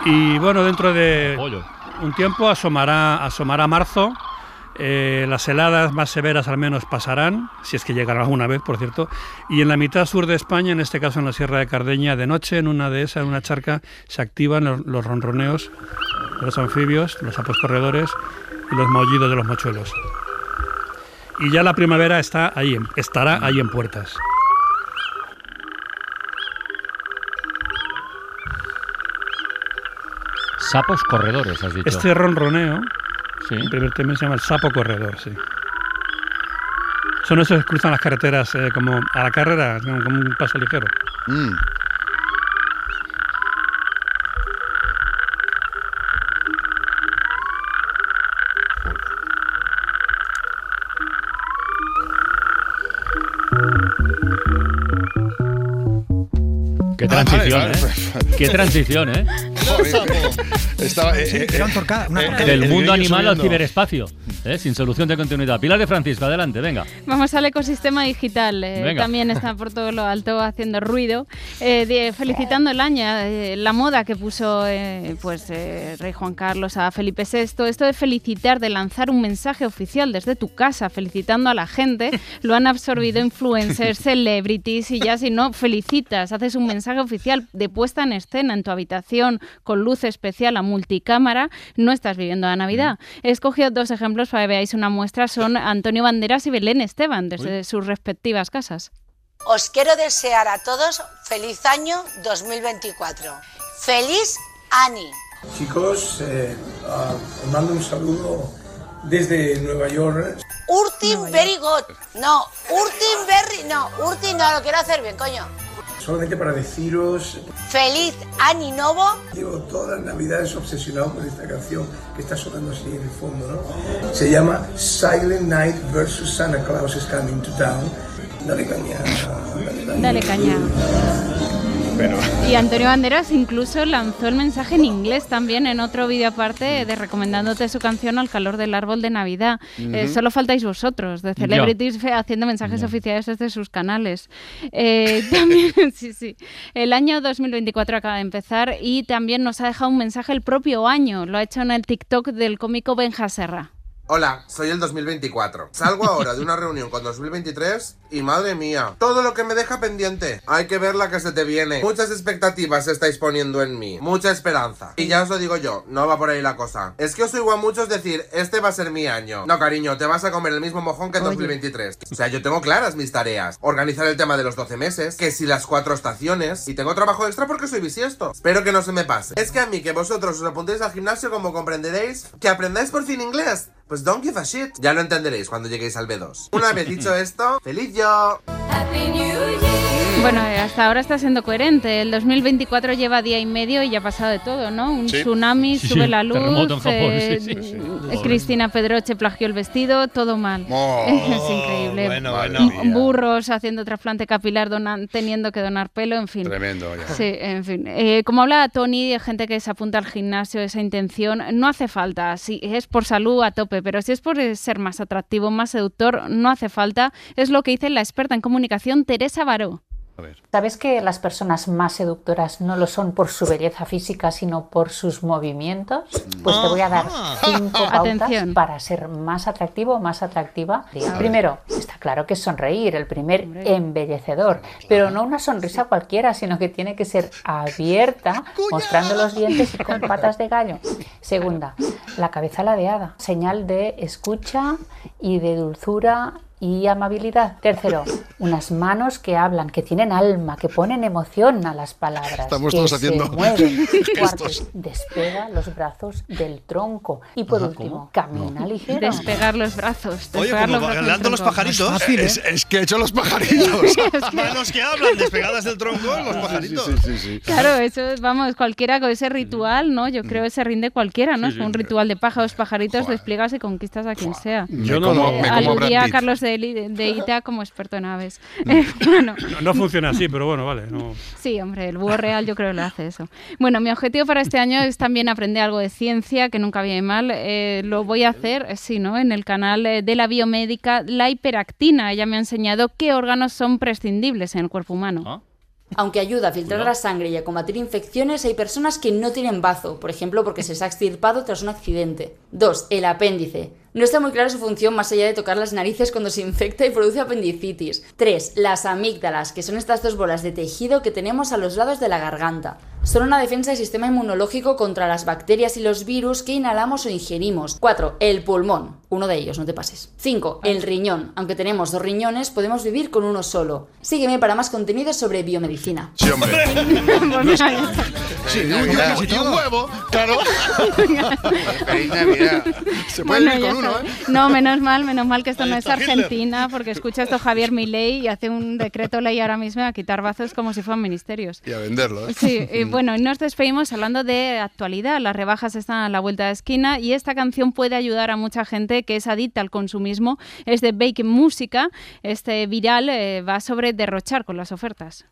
[SPEAKER 1] Y bueno, dentro de un tiempo asomará, asomará marzo. eh, las heladas más severas al menos pasarán, si es que llegarán alguna vez, por cierto. Y en la mitad sur de España, en este caso en la Sierra de Cardeña, de noche en una dehesa, en una charca, se activan los, los ronroneos de los anfibios, los sapos corredores y los maullidos de los mochuelos. Y ya la primavera está ahí, en- estará ahí en puertas.
[SPEAKER 2] Sapos corredores, has dicho.
[SPEAKER 1] Este ronroneo, el primer tema se llama el sapo corredor, sí. Son esos que cruzan las carreteras eh, como a la carrera, como un paso ligero.
[SPEAKER 4] Mm.
[SPEAKER 2] Qué transición, ¿eh? Qué transición, ¿eh?
[SPEAKER 4] Estaba, eh, eh,
[SPEAKER 9] Una torcada, una torcada.
[SPEAKER 2] Del mundo animal al
[SPEAKER 4] subiendo.
[SPEAKER 2] ciberespacio, ¿eh? sin solución de continuidad. Pilar de Francisco, adelante, venga.
[SPEAKER 5] Vamos al ecosistema digital. eh,
[SPEAKER 2] Venga.
[SPEAKER 5] también está por todo lo alto haciendo ruido. Eh, de- felicitando el año, eh, la moda que puso eh, pues, eh, Rey Juan Carlos a Felipe VI. Esto de felicitar, de lanzar un mensaje oficial desde tu casa, felicitando a la gente, lo han absorbido influencers, celebrities y ya si no, felicitas, haces un mensaje oficial de puesta en escena en tu habitación con luz especial a multicámara, no estás viviendo la Navidad. He escogido dos ejemplos para que veáis una muestra. Son Antonio Banderas y Belén Esteban, desde sus respectivas casas.
[SPEAKER 6] Os quiero desear a todos feliz año 2024. ¡Feliz Ani!
[SPEAKER 12] Chicos, eh, ah, os mando un saludo desde Nueva York.
[SPEAKER 6] Urtin Very Good. No, Urtin Berry. No, Urtin no lo quiero hacer bien, coño.
[SPEAKER 12] Solamente para deciros,
[SPEAKER 6] ¡Feliz Ani Novo!
[SPEAKER 12] llevo todas las navidades obsesionado con esta canción que está sonando así en el fondo, ¿no? Se llama Silent Night vs. Santa Claus is Coming to Town. Dale caña.
[SPEAKER 5] Dale caña.
[SPEAKER 4] Pero.
[SPEAKER 5] Y Antonio Banderas incluso lanzó el mensaje en inglés también en otro vídeo aparte de recomendándote su canción Al calor del árbol de Navidad. Eh,
[SPEAKER 23] Ujú.
[SPEAKER 5] solo faltáis vosotros, de
[SPEAKER 23] Ya.
[SPEAKER 5] celebrities fe- haciendo mensajes oficiales desde sus canales. Eh, también, sí, sí. El año 2024 acaba de empezar y también nos ha dejado un mensaje el propio año. Lo ha hecho en el TikTok del cómico Benja Serra.
[SPEAKER 25] Hola, soy el 2024. Salgo ahora de una reunión con 2023 y madre mía, todo lo que me deja pendiente. Hay que ver la que se te viene. Muchas expectativas estáis poniendo en mí, mucha esperanza. Y ya os lo digo yo, no va por ahí la cosa. Es que os oigo a muchos decir, este va a ser mi año. No, cariño, te vas a comer el mismo mojón que en 2023. O sea, yo tengo claras mis tareas. Organizar el tema de los 12 meses, que si las cuatro estaciones, y tengo trabajo extra porque soy bisiesto. Espero que no se me pase. Es que a mí que vosotros os apuntéis al gimnasio, como comprenderéis, que aprendáis por fin inglés. Pues don't give a shit. Ya lo entenderéis cuando lleguéis al B2. Una vez dicho esto, feliz yo.
[SPEAKER 5] Bueno, eh, hasta ahora está siendo coherente. El 2024 lleva día y medio y ya ha pasado de todo, ¿no? Un
[SPEAKER 23] Sí.
[SPEAKER 5] tsunami,
[SPEAKER 23] Sí,
[SPEAKER 5] sube
[SPEAKER 23] sí,
[SPEAKER 5] la luz,
[SPEAKER 23] terremoto en Japón,
[SPEAKER 5] eh,
[SPEAKER 23] sí, sí, sí.
[SPEAKER 5] eh, Cristina Pedroche plagió el vestido, todo mal. es increíble.
[SPEAKER 4] Oh, bueno,
[SPEAKER 5] Madre
[SPEAKER 4] bueno.
[SPEAKER 5] mía. Burros haciendo trasplante capilar, donan- teniendo que donar pelo, en fin.
[SPEAKER 4] Tremendo, ya.
[SPEAKER 5] Sí, en fin. Eh, como habla Tony, hay gente que se apunta al gimnasio, esa intención, no hace falta. Si es por salud, a tope, pero si es por eh, ser más atractivo, más seductor, no hace falta. Es lo que dice la experta en comunicación Teresa Baró.
[SPEAKER 26] ¿Sabes que las personas más seductoras no lo son por su belleza física, sino por sus movimientos? Pues te voy a dar cinco pautas
[SPEAKER 5] Atención.
[SPEAKER 26] para ser más atractivo o más atractiva. A ver. Primero, está claro que es sonreír, el primer embellecedor, pero no una sonrisa cualquiera, sino que tiene que ser abierta, mostrando los dientes y con patas de gallo. Segunda, la cabeza ladeada, señal de escucha y de dulzura y amabilidad. Tercero, unas manos que hablan, que tienen alma, que ponen emoción a las palabras.
[SPEAKER 4] Estamos
[SPEAKER 26] que
[SPEAKER 4] todos
[SPEAKER 26] se
[SPEAKER 4] haciendo
[SPEAKER 26] mueven. Cuarto,
[SPEAKER 4] gestos.
[SPEAKER 26] despega los brazos del tronco. Y por
[SPEAKER 4] Ajá,
[SPEAKER 26] último,
[SPEAKER 4] ¿cómo?
[SPEAKER 26] camina ligero.
[SPEAKER 5] Despegar los brazos.
[SPEAKER 26] Oye,
[SPEAKER 5] despegar
[SPEAKER 26] como
[SPEAKER 5] los brazos
[SPEAKER 26] bailando
[SPEAKER 5] del
[SPEAKER 26] los
[SPEAKER 5] tronco.
[SPEAKER 26] pajaritos.
[SPEAKER 5] Es fácil, ¿eh?
[SPEAKER 4] Es, es que he hecho los pajaritos.
[SPEAKER 5] Es que-
[SPEAKER 10] Manos que hablan, despegadas del tronco, los pajaritos.
[SPEAKER 5] Claro, eso es, vamos, cualquiera con ese ritual, ¿no? Yo creo que se rinde cualquiera, ¿no?
[SPEAKER 4] Sí,
[SPEAKER 5] Es
[SPEAKER 4] sí,
[SPEAKER 5] un ritual de pájaros, pajaritos, despliegas y conquistas a quien sea.
[SPEAKER 1] Yo no lo- me como
[SPEAKER 5] aludía
[SPEAKER 1] Brad
[SPEAKER 5] a
[SPEAKER 1] Pitt.
[SPEAKER 5] Carlos de, Eli- de Ita como experto en aves. Eh, bueno,
[SPEAKER 1] No, no funciona así, pero bueno, vale. No.
[SPEAKER 5] Sí, hombre, el búho real yo creo que lo hace eso. Bueno, mi objetivo para este año es también aprender algo de ciencia, que nunca viene mal. Eh, lo voy a hacer, eh, sí, ¿no? En el canal eh, de la biomédica, la hiperactina. Ella me ha enseñado qué órganos son prescindibles en el cuerpo humano.
[SPEAKER 4] Ah,
[SPEAKER 27] Aunque ayuda a filtrar la sangre y a combatir infecciones, hay personas que no tienen bazo, por ejemplo porque se les ha extirpado tras un accidente. 2. El apéndice. No está muy clara su función más allá de tocar las narices cuando se infecta y produce apendicitis. 3. Las amígdalas, que son estas dos bolas de tejido que tenemos a los lados de la garganta. Son una defensa del sistema inmunológico contra las bacterias y los virus que inhalamos o ingerimos. 4. El pulmón. Uno de ellos, no te pases. 5. El riñón. Aunque tenemos dos riñones, podemos vivir con uno solo. Sígueme para más contenido sobre biomedicina.
[SPEAKER 4] Sí, hombre.
[SPEAKER 5] Pues mira, ya está.
[SPEAKER 4] Sí, y un huevo, y un huevo, claro. Cariño, mira. Se puede
[SPEAKER 5] Bueno,
[SPEAKER 4] vivir
[SPEAKER 5] Ah, ya
[SPEAKER 4] con uno,
[SPEAKER 5] sabes.
[SPEAKER 4] ¿eh?
[SPEAKER 5] No, menos mal, menos mal que esto no es
[SPEAKER 4] está Hitler.
[SPEAKER 5] Argentina, porque escucha esto Javier Milei y hace un decreto ley ahora mismo a quitar bazos como si fueran ministerios.
[SPEAKER 4] Y a venderlo, ¿eh?
[SPEAKER 5] Sí, y bueno, y nos despedimos hablando de actualidad. Las rebajas están a la vuelta de esquina y esta canción puede ayudar a mucha gente que es adicta al consumismo. Es de Bake Música. Este viral eh, va sobre derrochar con las ofertas.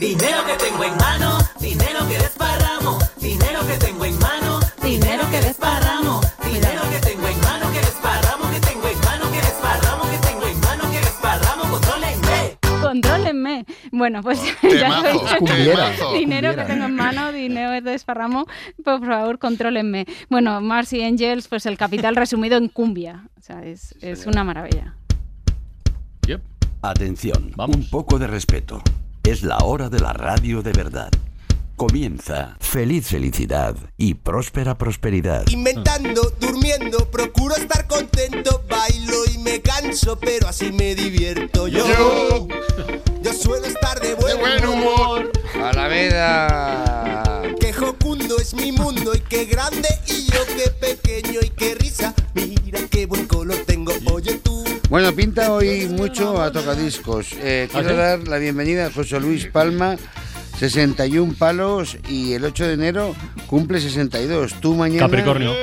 [SPEAKER 16] Dinero que tengo en mano, dinero que desparramo, dinero que tengo en mano, dinero que desparramo, dinero que tengo en mano, que desparramo, que tengo en mano, que desparramo, que tengo en mano, que desparramo, controlenme.
[SPEAKER 5] Contrólenme. Bueno, pues ya
[SPEAKER 16] Temazo,
[SPEAKER 5] sabéis.
[SPEAKER 16] cumbiera,
[SPEAKER 5] Dinero que
[SPEAKER 16] cumbiera.
[SPEAKER 5] tengo en mano, dinero de esparramo, por favor, contrólenme. Bueno, Marcy Angels, pues el capital resumido en cumbia. O sea, es, es una maravilla.
[SPEAKER 11] Atención, un poco de respeto. Es la hora de la radio de verdad. Comienza Feliz Felicidad y Próspera Prosperidad.
[SPEAKER 13] Inventando, durmiendo, procuro estar contento, bailo y me canso, pero así me divierto yo. Yo, suelo estar de buen, humor.
[SPEAKER 14] A la veda.
[SPEAKER 13] Que jocundo es mi mundo y qué grande y yo qué pequeño y qué risa. Mira qué buen color tengo. Oye tú,
[SPEAKER 14] Bueno, pinta hoy mucho a tocadiscos. Eh, quiero
[SPEAKER 13] ¿Ah, sí?
[SPEAKER 14] dar la bienvenida a José Luis Palma, 61 palos y el 8 de enero cumple 62. Tú mañana.
[SPEAKER 2] Capricornio.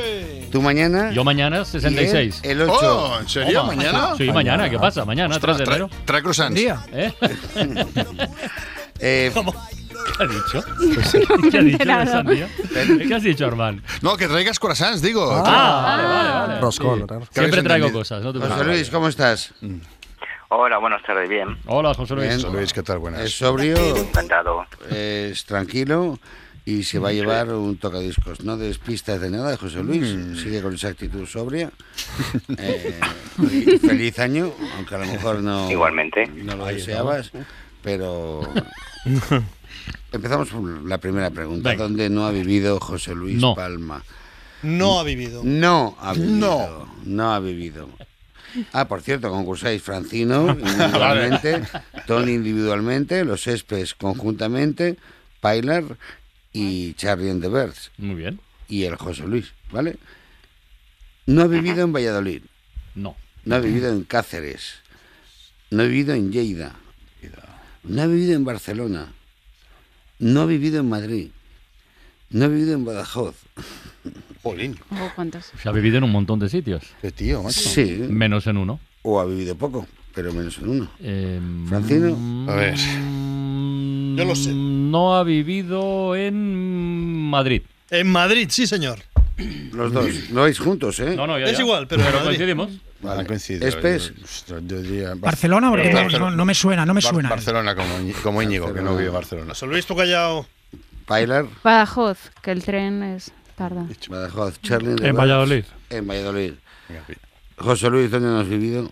[SPEAKER 14] Tú mañana.
[SPEAKER 2] Yo mañana, 66.
[SPEAKER 14] Y él, el 8.
[SPEAKER 4] Oh, ¿en serio?
[SPEAKER 2] Toma.
[SPEAKER 4] ¿Mañana?
[SPEAKER 2] Sí, mañana. ¿Qué pasa? Mañana, 3
[SPEAKER 4] Ostras,
[SPEAKER 2] de
[SPEAKER 4] trae-
[SPEAKER 2] enero.
[SPEAKER 4] trae croissants.
[SPEAKER 2] Día. ¿Eh?
[SPEAKER 14] Eh,
[SPEAKER 2] ¿Qué ha dicho?
[SPEAKER 4] No me
[SPEAKER 2] ¿Qué
[SPEAKER 4] he
[SPEAKER 2] ha dicho de
[SPEAKER 4] enterado.
[SPEAKER 2] Sandio? ¿Qué has dicho, Armán?
[SPEAKER 4] No, que traigas croissants, digo.
[SPEAKER 2] Ah, vale, vale, vale. Roscón, Sí. claro. Siempre traigo cosas, no te
[SPEAKER 14] José
[SPEAKER 2] preocupes.
[SPEAKER 14] Luis, ¿cómo estás?
[SPEAKER 17] Hola, buenas tardes, bien.
[SPEAKER 2] Hola, José
[SPEAKER 14] Bien.
[SPEAKER 2] Luis.
[SPEAKER 4] ¿qué tal? Buenas.
[SPEAKER 14] Es sobrio,
[SPEAKER 17] Encantado.
[SPEAKER 14] es tranquilo y se va a llevar un tocadiscos. No despistas de nada, José Luis.
[SPEAKER 4] Mm.
[SPEAKER 14] Sigue con esa actitud sobria. Eh, y feliz año, aunque a lo mejor no,
[SPEAKER 17] Igualmente.
[SPEAKER 14] no lo deseabas, pero... Empezamos por la primera pregunta. ¿Dónde no ha vivido José Luis Palma?
[SPEAKER 10] No ha vivido.
[SPEAKER 14] No ha vivido. No. ha vivido. Ah, por cierto, concursáis Francino individualmente, Tony individualmente, los Espes conjuntamente, Pilar y Charlie and the Birds.
[SPEAKER 2] Muy bien.
[SPEAKER 14] Y el José Luis, ¿vale? No ha vivido en Valladolid.
[SPEAKER 2] No.
[SPEAKER 14] No ha vivido en Cáceres. No ha vivido en Lleida. No ha vivido en Barcelona. No ha vivido en Madrid. No ha vivido en Badajoz. Jolín.
[SPEAKER 5] Oh, ¿cuántos?
[SPEAKER 2] Se ha vivido en un montón de sitios.
[SPEAKER 14] Qué tío, macho.
[SPEAKER 2] Sí.
[SPEAKER 14] Sí.
[SPEAKER 2] Menos en uno.
[SPEAKER 14] O ha vivido poco, pero menos en uno.
[SPEAKER 2] Eh,
[SPEAKER 14] Francino. A ver.
[SPEAKER 2] Yo lo sé. Mm, No ha vivido en Madrid.
[SPEAKER 10] En Madrid, sí, señor.
[SPEAKER 14] Los dos. Lo vais juntos, ¿eh?
[SPEAKER 2] No, no, ya,
[SPEAKER 10] Es
[SPEAKER 2] ya.
[SPEAKER 10] igual, pero en Madrid.
[SPEAKER 2] coincidimos.
[SPEAKER 14] Vale. Este
[SPEAKER 4] Han coincidido.
[SPEAKER 14] Espes.
[SPEAKER 4] Yo- yo diría-
[SPEAKER 9] Barcelona, porque no-
[SPEAKER 4] Barcelona.
[SPEAKER 9] no- no me suena, no me
[SPEAKER 4] Bar-
[SPEAKER 9] suena.
[SPEAKER 4] Barcelona, como, Íñ- como Íñigo, que no vive en Barcelona.
[SPEAKER 10] José Luis, tú callao.
[SPEAKER 14] Pilar.
[SPEAKER 5] Badajoz, que el tren es tarda.
[SPEAKER 14] Badajoz, Charlie. de
[SPEAKER 1] En
[SPEAKER 14] Valls,
[SPEAKER 1] Valladolid.
[SPEAKER 14] En Valladolid. José Luis, ¿dónde no has vivido?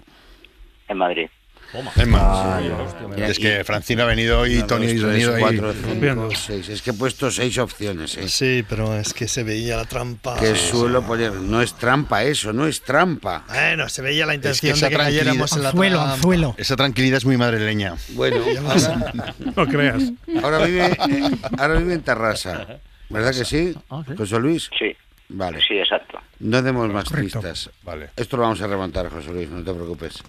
[SPEAKER 17] En Madrid.
[SPEAKER 4] Es más,
[SPEAKER 14] Sí,
[SPEAKER 4] sí.
[SPEAKER 14] hostia, me
[SPEAKER 4] es
[SPEAKER 14] da-
[SPEAKER 4] que Francina ha venido y
[SPEAKER 14] Ah, Una,
[SPEAKER 4] Tony
[SPEAKER 14] dos,
[SPEAKER 4] ha
[SPEAKER 14] tres,
[SPEAKER 4] venido
[SPEAKER 14] cuatro,
[SPEAKER 4] y...
[SPEAKER 14] cinco, seis. Es que he puesto seis opciones, ¿eh?
[SPEAKER 10] Sí, pero es que se veía la trampa.
[SPEAKER 14] Que suelo poner. No es trampa eso, no es trampa.
[SPEAKER 10] Bueno, se veía la
[SPEAKER 4] Es que
[SPEAKER 10] intención
[SPEAKER 4] esa
[SPEAKER 10] de que cayéramos en la trampa.
[SPEAKER 4] tranquilidad... Esa tranquilidad es muy madrileña.
[SPEAKER 14] Bueno, ahora,
[SPEAKER 1] No creas.
[SPEAKER 14] ahora vive, eh, ahora vive en Tarrasa. ¿Verdad que sí? José Luis.
[SPEAKER 17] Sí.
[SPEAKER 14] Vale.
[SPEAKER 17] Sí, exacto.
[SPEAKER 14] No demos más pistas. Vale. Esto lo vamos a remontar, José Luis, no te preocupes.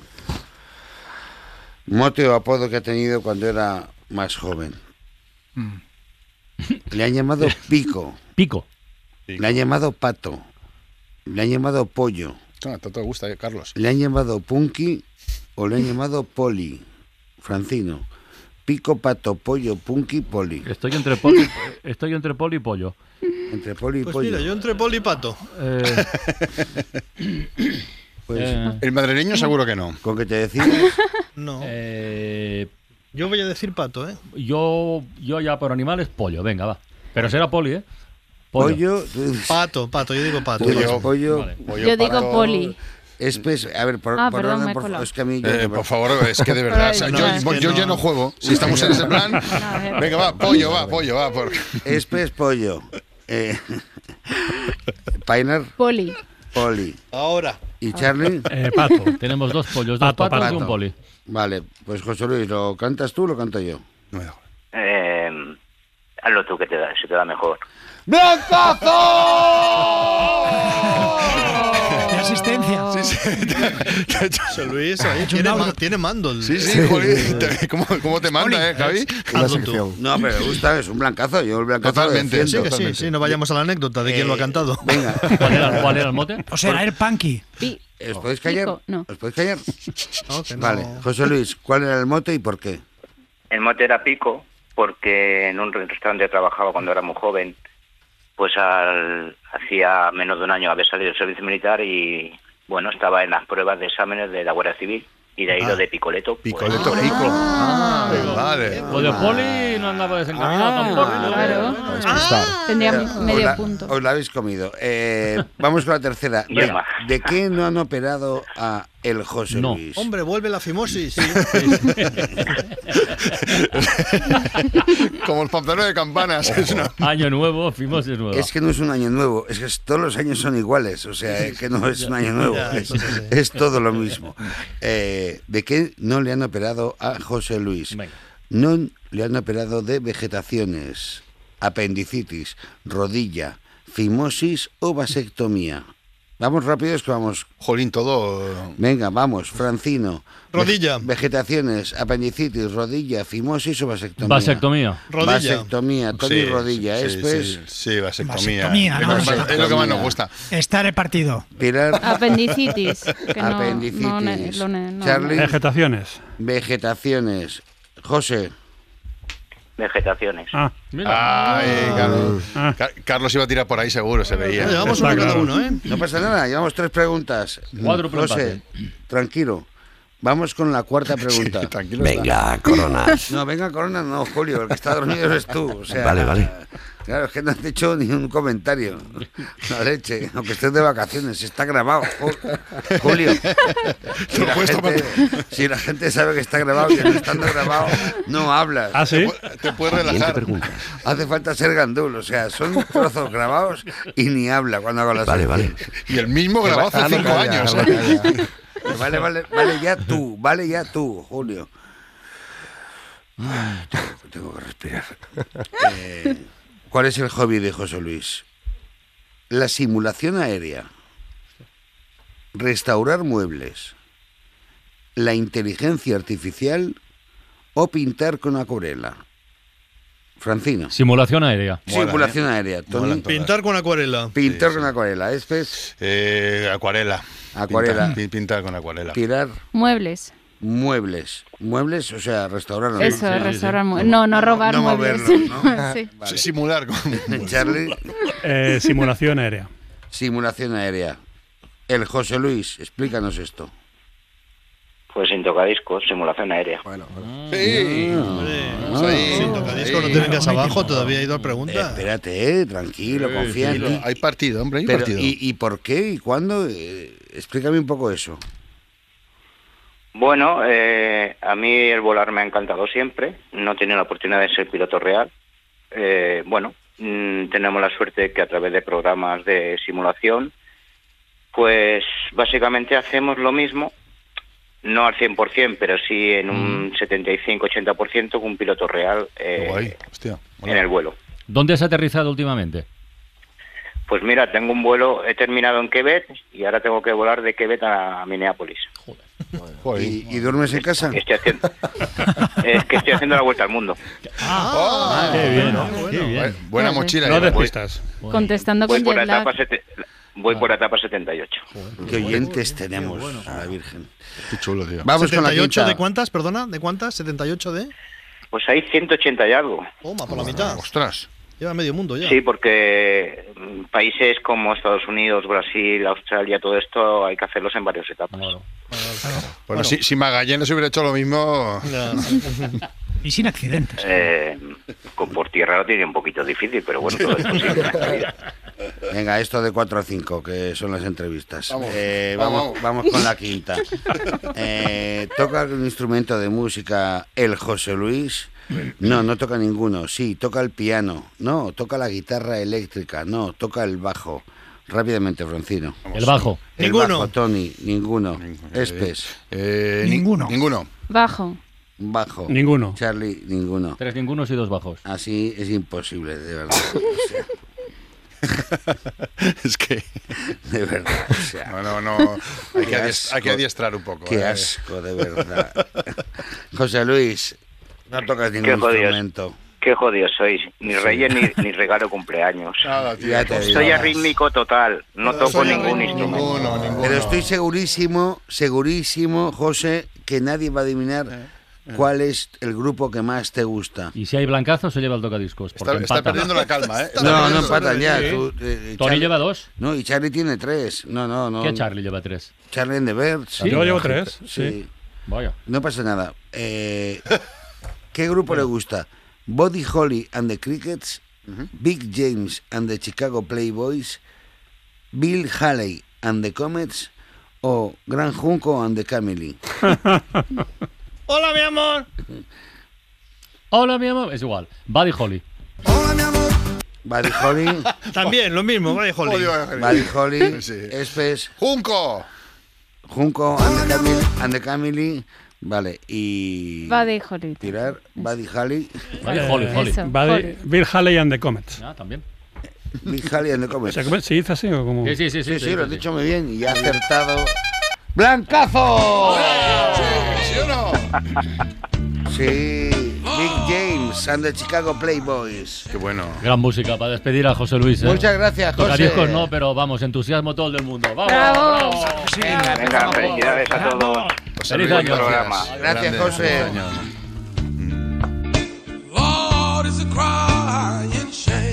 [SPEAKER 14] Mote o apodo que ha tenido cuando era más joven.
[SPEAKER 2] Mm.
[SPEAKER 14] Le han llamado Pico.
[SPEAKER 2] Pico.
[SPEAKER 14] Le han llamado Pato. Le han llamado Pollo.
[SPEAKER 4] Ah, tanto te gusta, eh, Carlos.
[SPEAKER 14] Le han llamado Punky o le han llamado Poli. Francino. Pico, Pato, Pollo, Punky, Poli.
[SPEAKER 2] Estoy entre poli, estoy entre poli y pollo.
[SPEAKER 14] Entre Poli y
[SPEAKER 10] Pues
[SPEAKER 14] Pollo.
[SPEAKER 10] mira, yo entre poli y pato.
[SPEAKER 14] Pues,
[SPEAKER 2] Eh.
[SPEAKER 4] El madrileño seguro que no.
[SPEAKER 14] Con que te decía.
[SPEAKER 10] No. Yo voy a decir pato, ¿eh?
[SPEAKER 2] Eh, Yo, yo ya por animales, pollo. Venga, va. Pero será poli, ¿eh?
[SPEAKER 14] Pollo. tú-
[SPEAKER 10] Pato, pato, yo digo pato.
[SPEAKER 14] tú dices pollo.
[SPEAKER 2] Vale.
[SPEAKER 5] Yo digo poli.
[SPEAKER 14] Es pes- a ver, por,
[SPEAKER 5] Ah,
[SPEAKER 14] por
[SPEAKER 5] perdón,
[SPEAKER 14] orden,
[SPEAKER 5] me he
[SPEAKER 14] por,
[SPEAKER 5] colado.
[SPEAKER 14] es que a mí yo-
[SPEAKER 4] Eh, por favor, es que de verdad, o sea, yo- yo- yo ya no juego, si estamos en ese plan. Venga, va, pollo, va, pollo, va. Por...
[SPEAKER 14] Es pes pollo. Eh, Painar,
[SPEAKER 5] Poli.
[SPEAKER 14] poli.
[SPEAKER 10] Ahora.
[SPEAKER 14] ¿Y Charlie?
[SPEAKER 2] Eh, pato. Tenemos dos pollos, dos Pato, patos y pato. un poli.
[SPEAKER 14] Vale, pues José Luis, ¿lo cantas tú o lo canto yo?
[SPEAKER 17] Eh, hazlo tú que te da, se te da mejor.
[SPEAKER 9] De asistencia.
[SPEAKER 10] José Luis, ahí
[SPEAKER 9] hecho un
[SPEAKER 10] tiene,
[SPEAKER 9] aula.
[SPEAKER 10] ma- tiene mando.
[SPEAKER 4] Sí, sí, jolín, te- ¿cómo, cómo te manda, eh, Javi?
[SPEAKER 14] No, pero me gusta, es un blancazo. Yo el blancazo
[SPEAKER 10] Totalmente,
[SPEAKER 14] lo
[SPEAKER 10] sí,
[SPEAKER 14] defiendo.
[SPEAKER 10] que sí, sí, no vayamos a la anécdota de quién lo ha cantado.
[SPEAKER 14] Venga.
[SPEAKER 2] ¿Cuál era, cuál era el mote?
[SPEAKER 9] O sea, el punky.
[SPEAKER 14] ¿Os podéis callar?
[SPEAKER 5] Pico, no.
[SPEAKER 14] ¿Os podéis callar?
[SPEAKER 10] No, que no.
[SPEAKER 14] Vale, José Luis, ¿cuál era el mote y por qué?
[SPEAKER 17] El mote era pico porque en un restaurante trabajaba cuando era muy joven. Pues al, hacía menos de un año había salido del servicio militar y bueno, estaba en las pruebas de exámenes de la Guardia Civil y de ahí lo de picoleto. pues,
[SPEAKER 4] Ah. Picoleto, pico. Ah, vale.
[SPEAKER 2] Lo de poli no andaba desencaminado
[SPEAKER 10] Ah,
[SPEAKER 2] tampoco. ¿eh?
[SPEAKER 5] Tendría
[SPEAKER 14] Pero Eh, os
[SPEAKER 5] medio
[SPEAKER 14] la-
[SPEAKER 5] punto.
[SPEAKER 14] Os la habéis comido. Eh, vamos con la tercera.
[SPEAKER 17] Venga.
[SPEAKER 14] Venga, ¿De qué no han operado a el José
[SPEAKER 2] No.
[SPEAKER 14] Luis?
[SPEAKER 10] Hombre, vuelve la fimosis.
[SPEAKER 4] Como el pantano de campanas. Es una...
[SPEAKER 2] Año nuevo, fuimos de nuevo.
[SPEAKER 14] Es que no es un año nuevo, es que es- todos los años son iguales, o sea, es que no es un año nuevo,
[SPEAKER 10] Ya,
[SPEAKER 14] es,
[SPEAKER 10] entonces, eh.
[SPEAKER 14] es todo lo mismo. Eh, ¿De qué no le han operado a José Luis?
[SPEAKER 2] Venga.
[SPEAKER 14] No le han operado de vegetaciones, apendicitis, rodilla, fimosis o vasectomía. Vamos rápidos que vamos.
[SPEAKER 4] Jolín, todo.
[SPEAKER 14] Venga, vamos, Francino.
[SPEAKER 10] Rodilla.
[SPEAKER 14] Ve- Vegetaciones, apendicitis, rodilla, fimosis o vasectomía.
[SPEAKER 2] Vasectomía.
[SPEAKER 10] Rodilla.
[SPEAKER 14] Vasectomía, Tony
[SPEAKER 4] Sí,
[SPEAKER 14] Rodilla,
[SPEAKER 4] sí,
[SPEAKER 14] es pues?
[SPEAKER 4] sí, sí, vasectomía.
[SPEAKER 9] Vasectomía,
[SPEAKER 4] Es
[SPEAKER 9] ¿no?
[SPEAKER 4] lo que más- ¿eh? es lo que más nos
[SPEAKER 14] Vasectomía.
[SPEAKER 4] gusta.
[SPEAKER 9] Está en el partido.
[SPEAKER 14] Pilar,
[SPEAKER 5] Apendicitis. Que no-
[SPEAKER 14] Apendicitis.
[SPEAKER 5] no ne- lo ne- no-
[SPEAKER 14] Charlie.
[SPEAKER 1] Vegetaciones.
[SPEAKER 14] vegetaciones. José,
[SPEAKER 17] Vegetaciones.
[SPEAKER 1] Ah,
[SPEAKER 4] Ay, eh, Carlos.
[SPEAKER 9] Ah.
[SPEAKER 4] Ca- Carlos iba a tirar por ahí seguro, se veía.
[SPEAKER 10] Llevamos uno cada uno, ¿eh?
[SPEAKER 14] no pasa nada, llevamos tres preguntas.
[SPEAKER 2] Cuádruple
[SPEAKER 14] José, tranquilo. Vamos con la cuarta pregunta.
[SPEAKER 4] Tranquilo. está.
[SPEAKER 11] Venga, coronas.
[SPEAKER 14] No, venga, Corona, no, Julio, el que está dormido eres tú. o sea,
[SPEAKER 11] Vale, vale.
[SPEAKER 14] Claro, es que no has hecho ni un comentario. La leche, aunque estés de vacaciones, está grabado. Ju- Julio, si la,
[SPEAKER 4] puedes tomar-
[SPEAKER 14] gente, si la gente sabe que está grabado, que no estando grabado, no hablas.
[SPEAKER 1] ¿Ah, sí?
[SPEAKER 4] Te puedes
[SPEAKER 11] Siguiente
[SPEAKER 4] relajar.
[SPEAKER 11] pregunta.
[SPEAKER 14] Hace falta ser gandul, o sea, son trozos grabados y ni habla cuando hago las
[SPEAKER 11] Vale, vale.
[SPEAKER 4] Y el mismo grabó hace
[SPEAKER 14] Ah, no,
[SPEAKER 4] cinco
[SPEAKER 14] calla,
[SPEAKER 4] años.
[SPEAKER 14] no,
[SPEAKER 4] ¿eh?
[SPEAKER 14] calla. Vale, vale, vale ya tú, vale ya tú, Julio. Ay, Tengo, tengo que respirar. Eh, ¿Cuál es el hobby de José Luis? La simulación aérea. Restaurar muebles. La inteligencia artificial o pintar con acuarela. Francino.
[SPEAKER 2] Simulación aérea.
[SPEAKER 4] Mola,
[SPEAKER 14] simulación
[SPEAKER 4] eh.
[SPEAKER 14] aérea. Tony.
[SPEAKER 4] Molan todas.
[SPEAKER 10] Pintar con acuarela.
[SPEAKER 14] pintar con acuarela. Este es
[SPEAKER 4] Eh, acuarela.
[SPEAKER 14] Acuarela.
[SPEAKER 4] Pintar, pi- pintar con acuarela.
[SPEAKER 14] tirar
[SPEAKER 5] Muebles.
[SPEAKER 14] muebles. Muebles, o sea, restaurar. ¿no?
[SPEAKER 5] Eso,
[SPEAKER 2] sí, sí.
[SPEAKER 5] restaurar muebles. No, no robar
[SPEAKER 14] No
[SPEAKER 5] muebles.
[SPEAKER 14] moverlos, ¿no?
[SPEAKER 5] Sí.
[SPEAKER 14] Vale.
[SPEAKER 4] Sí, Simular con.
[SPEAKER 14] Charlie,
[SPEAKER 1] eh, simulación aérea.
[SPEAKER 14] simulación aérea. El José Luis, explícanos esto.
[SPEAKER 17] Pues sin tocadiscos, simulación aérea.
[SPEAKER 4] Sí.
[SPEAKER 14] Ah,
[SPEAKER 4] Sí.
[SPEAKER 10] Sin tocadiscos, no te vengas abajo, todavía hay dos
[SPEAKER 14] Eh,
[SPEAKER 10] preguntas.
[SPEAKER 14] espérate, eh, tranquilo, confía en ti.
[SPEAKER 4] Hay partido, hombre, hay
[SPEAKER 14] Pero,
[SPEAKER 4] partido.
[SPEAKER 14] ¿y, y por qué? ¿Y cuándo? Eh, explícame un poco eso.
[SPEAKER 17] Bueno, eh, a mí el volar me ha encantado siempre. No he tenido la oportunidad de ser piloto real. Eh, bueno, mm, tenemos la suerte que a través de programas de simulación, pues básicamente hacemos lo mismo, no al 100%, pero sí en un 75-80% que un piloto real eh,
[SPEAKER 4] Mm. Qué guay, hostia. mola.
[SPEAKER 17] en el vuelo.
[SPEAKER 2] ¿Dónde has aterrizado últimamente?
[SPEAKER 17] Pues mira, tengo un vuelo, he terminado en Quebec y ahora tengo que volar de Quebec a Minneapolis.
[SPEAKER 4] Joder.
[SPEAKER 14] ¿Y, y duermes en casa?
[SPEAKER 17] Estoy haciendo, es que estoy haciendo la vuelta al mundo.
[SPEAKER 4] Ah,
[SPEAKER 2] qué bien, qué
[SPEAKER 4] Bueno,
[SPEAKER 2] bien.
[SPEAKER 4] Buena
[SPEAKER 5] Vale.
[SPEAKER 4] mochila. ¿eh?
[SPEAKER 1] No
[SPEAKER 4] lleva.
[SPEAKER 1] despistas.
[SPEAKER 5] Contestando
[SPEAKER 17] Voy por,
[SPEAKER 5] con
[SPEAKER 17] la
[SPEAKER 5] jet lag.
[SPEAKER 17] etapa sete- voy por la etapa 78.
[SPEAKER 14] ¿Qué oyentes tenemos a la Virgen?
[SPEAKER 4] Qué chulo, tío.
[SPEAKER 14] Vamos con la
[SPEAKER 10] 78
[SPEAKER 14] quinta.
[SPEAKER 10] de cuántas, perdona, de cuántas, 78 de...
[SPEAKER 17] Pues hay 180 y algo.
[SPEAKER 10] Toma, por la mitad.
[SPEAKER 4] Ostras.
[SPEAKER 10] Lleva medio mundo ya.
[SPEAKER 17] Sí, porque mm, países como Estados Unidos, Brasil, Australia, todo esto hay que hacerlos en varias etapas.
[SPEAKER 4] Bueno, Si, si Magallanes hubiera hecho lo mismo.
[SPEAKER 10] Ya.
[SPEAKER 9] Y sin accidentes.
[SPEAKER 17] Eh, con por tierra lo tiene un poquito difícil, pero bueno, todo es posible en esta vida.
[SPEAKER 14] Venga, esto de 4 a 5, que son las entrevistas.
[SPEAKER 4] Vamos,
[SPEAKER 14] Eh,
[SPEAKER 4] vamos,
[SPEAKER 14] vamos, vamos con la quinta. Eh, ¿Toca un instrumento de música el José Luis? No, no toca ninguno. Sí, toca el piano. No, toca la guitarra eléctrica. No, toca el bajo. Rápidamente, Francino.
[SPEAKER 2] El bajo.
[SPEAKER 14] El
[SPEAKER 2] Ninguno.
[SPEAKER 14] bajo, Tony. Ninguno. Este Espes.
[SPEAKER 2] Ninguno.
[SPEAKER 14] Ninguno.
[SPEAKER 5] Bajo.
[SPEAKER 14] Bajo.
[SPEAKER 2] Ninguno.
[SPEAKER 14] Charlie, ninguno.
[SPEAKER 2] Tres ningunos y dos bajos.
[SPEAKER 14] Así es imposible, de verdad. O sea,
[SPEAKER 4] Es que.
[SPEAKER 14] de verdad. o sea.
[SPEAKER 4] No, no, no. Hay que,
[SPEAKER 14] Qué
[SPEAKER 4] adies- hay que
[SPEAKER 14] asco.
[SPEAKER 4] adiestrar un poco.
[SPEAKER 14] Qué
[SPEAKER 4] eh.
[SPEAKER 14] asco, de verdad. José Luis, no tocas ningún
[SPEAKER 17] jodidos.
[SPEAKER 14] instrumento.
[SPEAKER 17] Qué jodidos sois. Ni reyes ni, ni regalo cumpleaños.
[SPEAKER 4] Nada, tío.
[SPEAKER 14] Ya te digo.
[SPEAKER 17] Soy arrítmico total. No toco
[SPEAKER 4] soy
[SPEAKER 17] ningún
[SPEAKER 4] arrítmico.
[SPEAKER 17] instrumento.
[SPEAKER 14] Pero estoy segurísimo, segurísimo, José, que nadie va a
[SPEAKER 4] Eh,
[SPEAKER 14] adivinar cuál es el grupo que más te gusta.
[SPEAKER 2] Y si hay blancazo, se lleva el tocadiscos. Porque
[SPEAKER 4] está
[SPEAKER 2] empatan.
[SPEAKER 4] perdiendo la calma, ¿eh? Está
[SPEAKER 14] No,
[SPEAKER 4] perdiendo-
[SPEAKER 14] no empatan ya.
[SPEAKER 4] Sí.
[SPEAKER 14] tú, eh,
[SPEAKER 2] Tony
[SPEAKER 14] Charlie-
[SPEAKER 2] lleva dos.
[SPEAKER 14] No, y Charlie tiene tres. No, no, no.
[SPEAKER 2] ¿Qué Charlie lleva tres?
[SPEAKER 14] Charlie and the Birds.
[SPEAKER 2] Sí. Yo llevo tres, sí. Vaya.
[SPEAKER 14] No pasa nada. Eh, ¿Qué grupo le gusta? Body Holly and the Crickets, Big James and the Chicago Playboys, Bill Haley and the Comets o Gran Junco and the Camely.
[SPEAKER 10] Hola, mi amor.
[SPEAKER 2] Hola, mi amor. Es igual. Buddy Holly.
[SPEAKER 14] Buddy Holly,
[SPEAKER 10] También, lo mismo, vale, Holly.
[SPEAKER 14] Buddy Holly,
[SPEAKER 4] Sí.
[SPEAKER 14] Espes,
[SPEAKER 4] ¡Junco!
[SPEAKER 14] Junco and the Camely, and the Camely. Vale, y
[SPEAKER 5] Va de Holly.
[SPEAKER 14] tirar Buddy Holly.
[SPEAKER 2] Buddy Holly, Holly.
[SPEAKER 5] Eso.
[SPEAKER 1] Eh, Va de
[SPEAKER 5] Holly.
[SPEAKER 1] Bill Haley and the Comets.
[SPEAKER 2] Ah, también.
[SPEAKER 14] Bill Haley and the Comets.
[SPEAKER 1] ¿Se, ¿Se dice así o como?
[SPEAKER 2] Sí, sí, sí.
[SPEAKER 14] Pues Sí, sí,
[SPEAKER 2] sí,
[SPEAKER 14] lo has
[SPEAKER 2] sí.
[SPEAKER 14] dicho muy bien y ha acertado. ¡Blancazo!
[SPEAKER 4] ¿Sí o no?
[SPEAKER 14] Sí, Big James and the Chicago Playboys.
[SPEAKER 4] Qué bueno.
[SPEAKER 2] Gran música para despedir a José Luis. ¿eh?
[SPEAKER 14] Muchas gracias, José.
[SPEAKER 2] Tocadiscos no, pero vamos, entusiasmo todo el del mundo. ¡Vamos!
[SPEAKER 5] Bravo.
[SPEAKER 4] Oh.
[SPEAKER 17] Venga, felicidades a todos.
[SPEAKER 4] José
[SPEAKER 2] Feliz
[SPEAKER 4] Luis,
[SPEAKER 2] año.
[SPEAKER 4] programa.
[SPEAKER 14] Gracias,
[SPEAKER 4] Grande,
[SPEAKER 14] José.
[SPEAKER 4] feliz año.
[SPEAKER 7] Lord, it's a crying shame.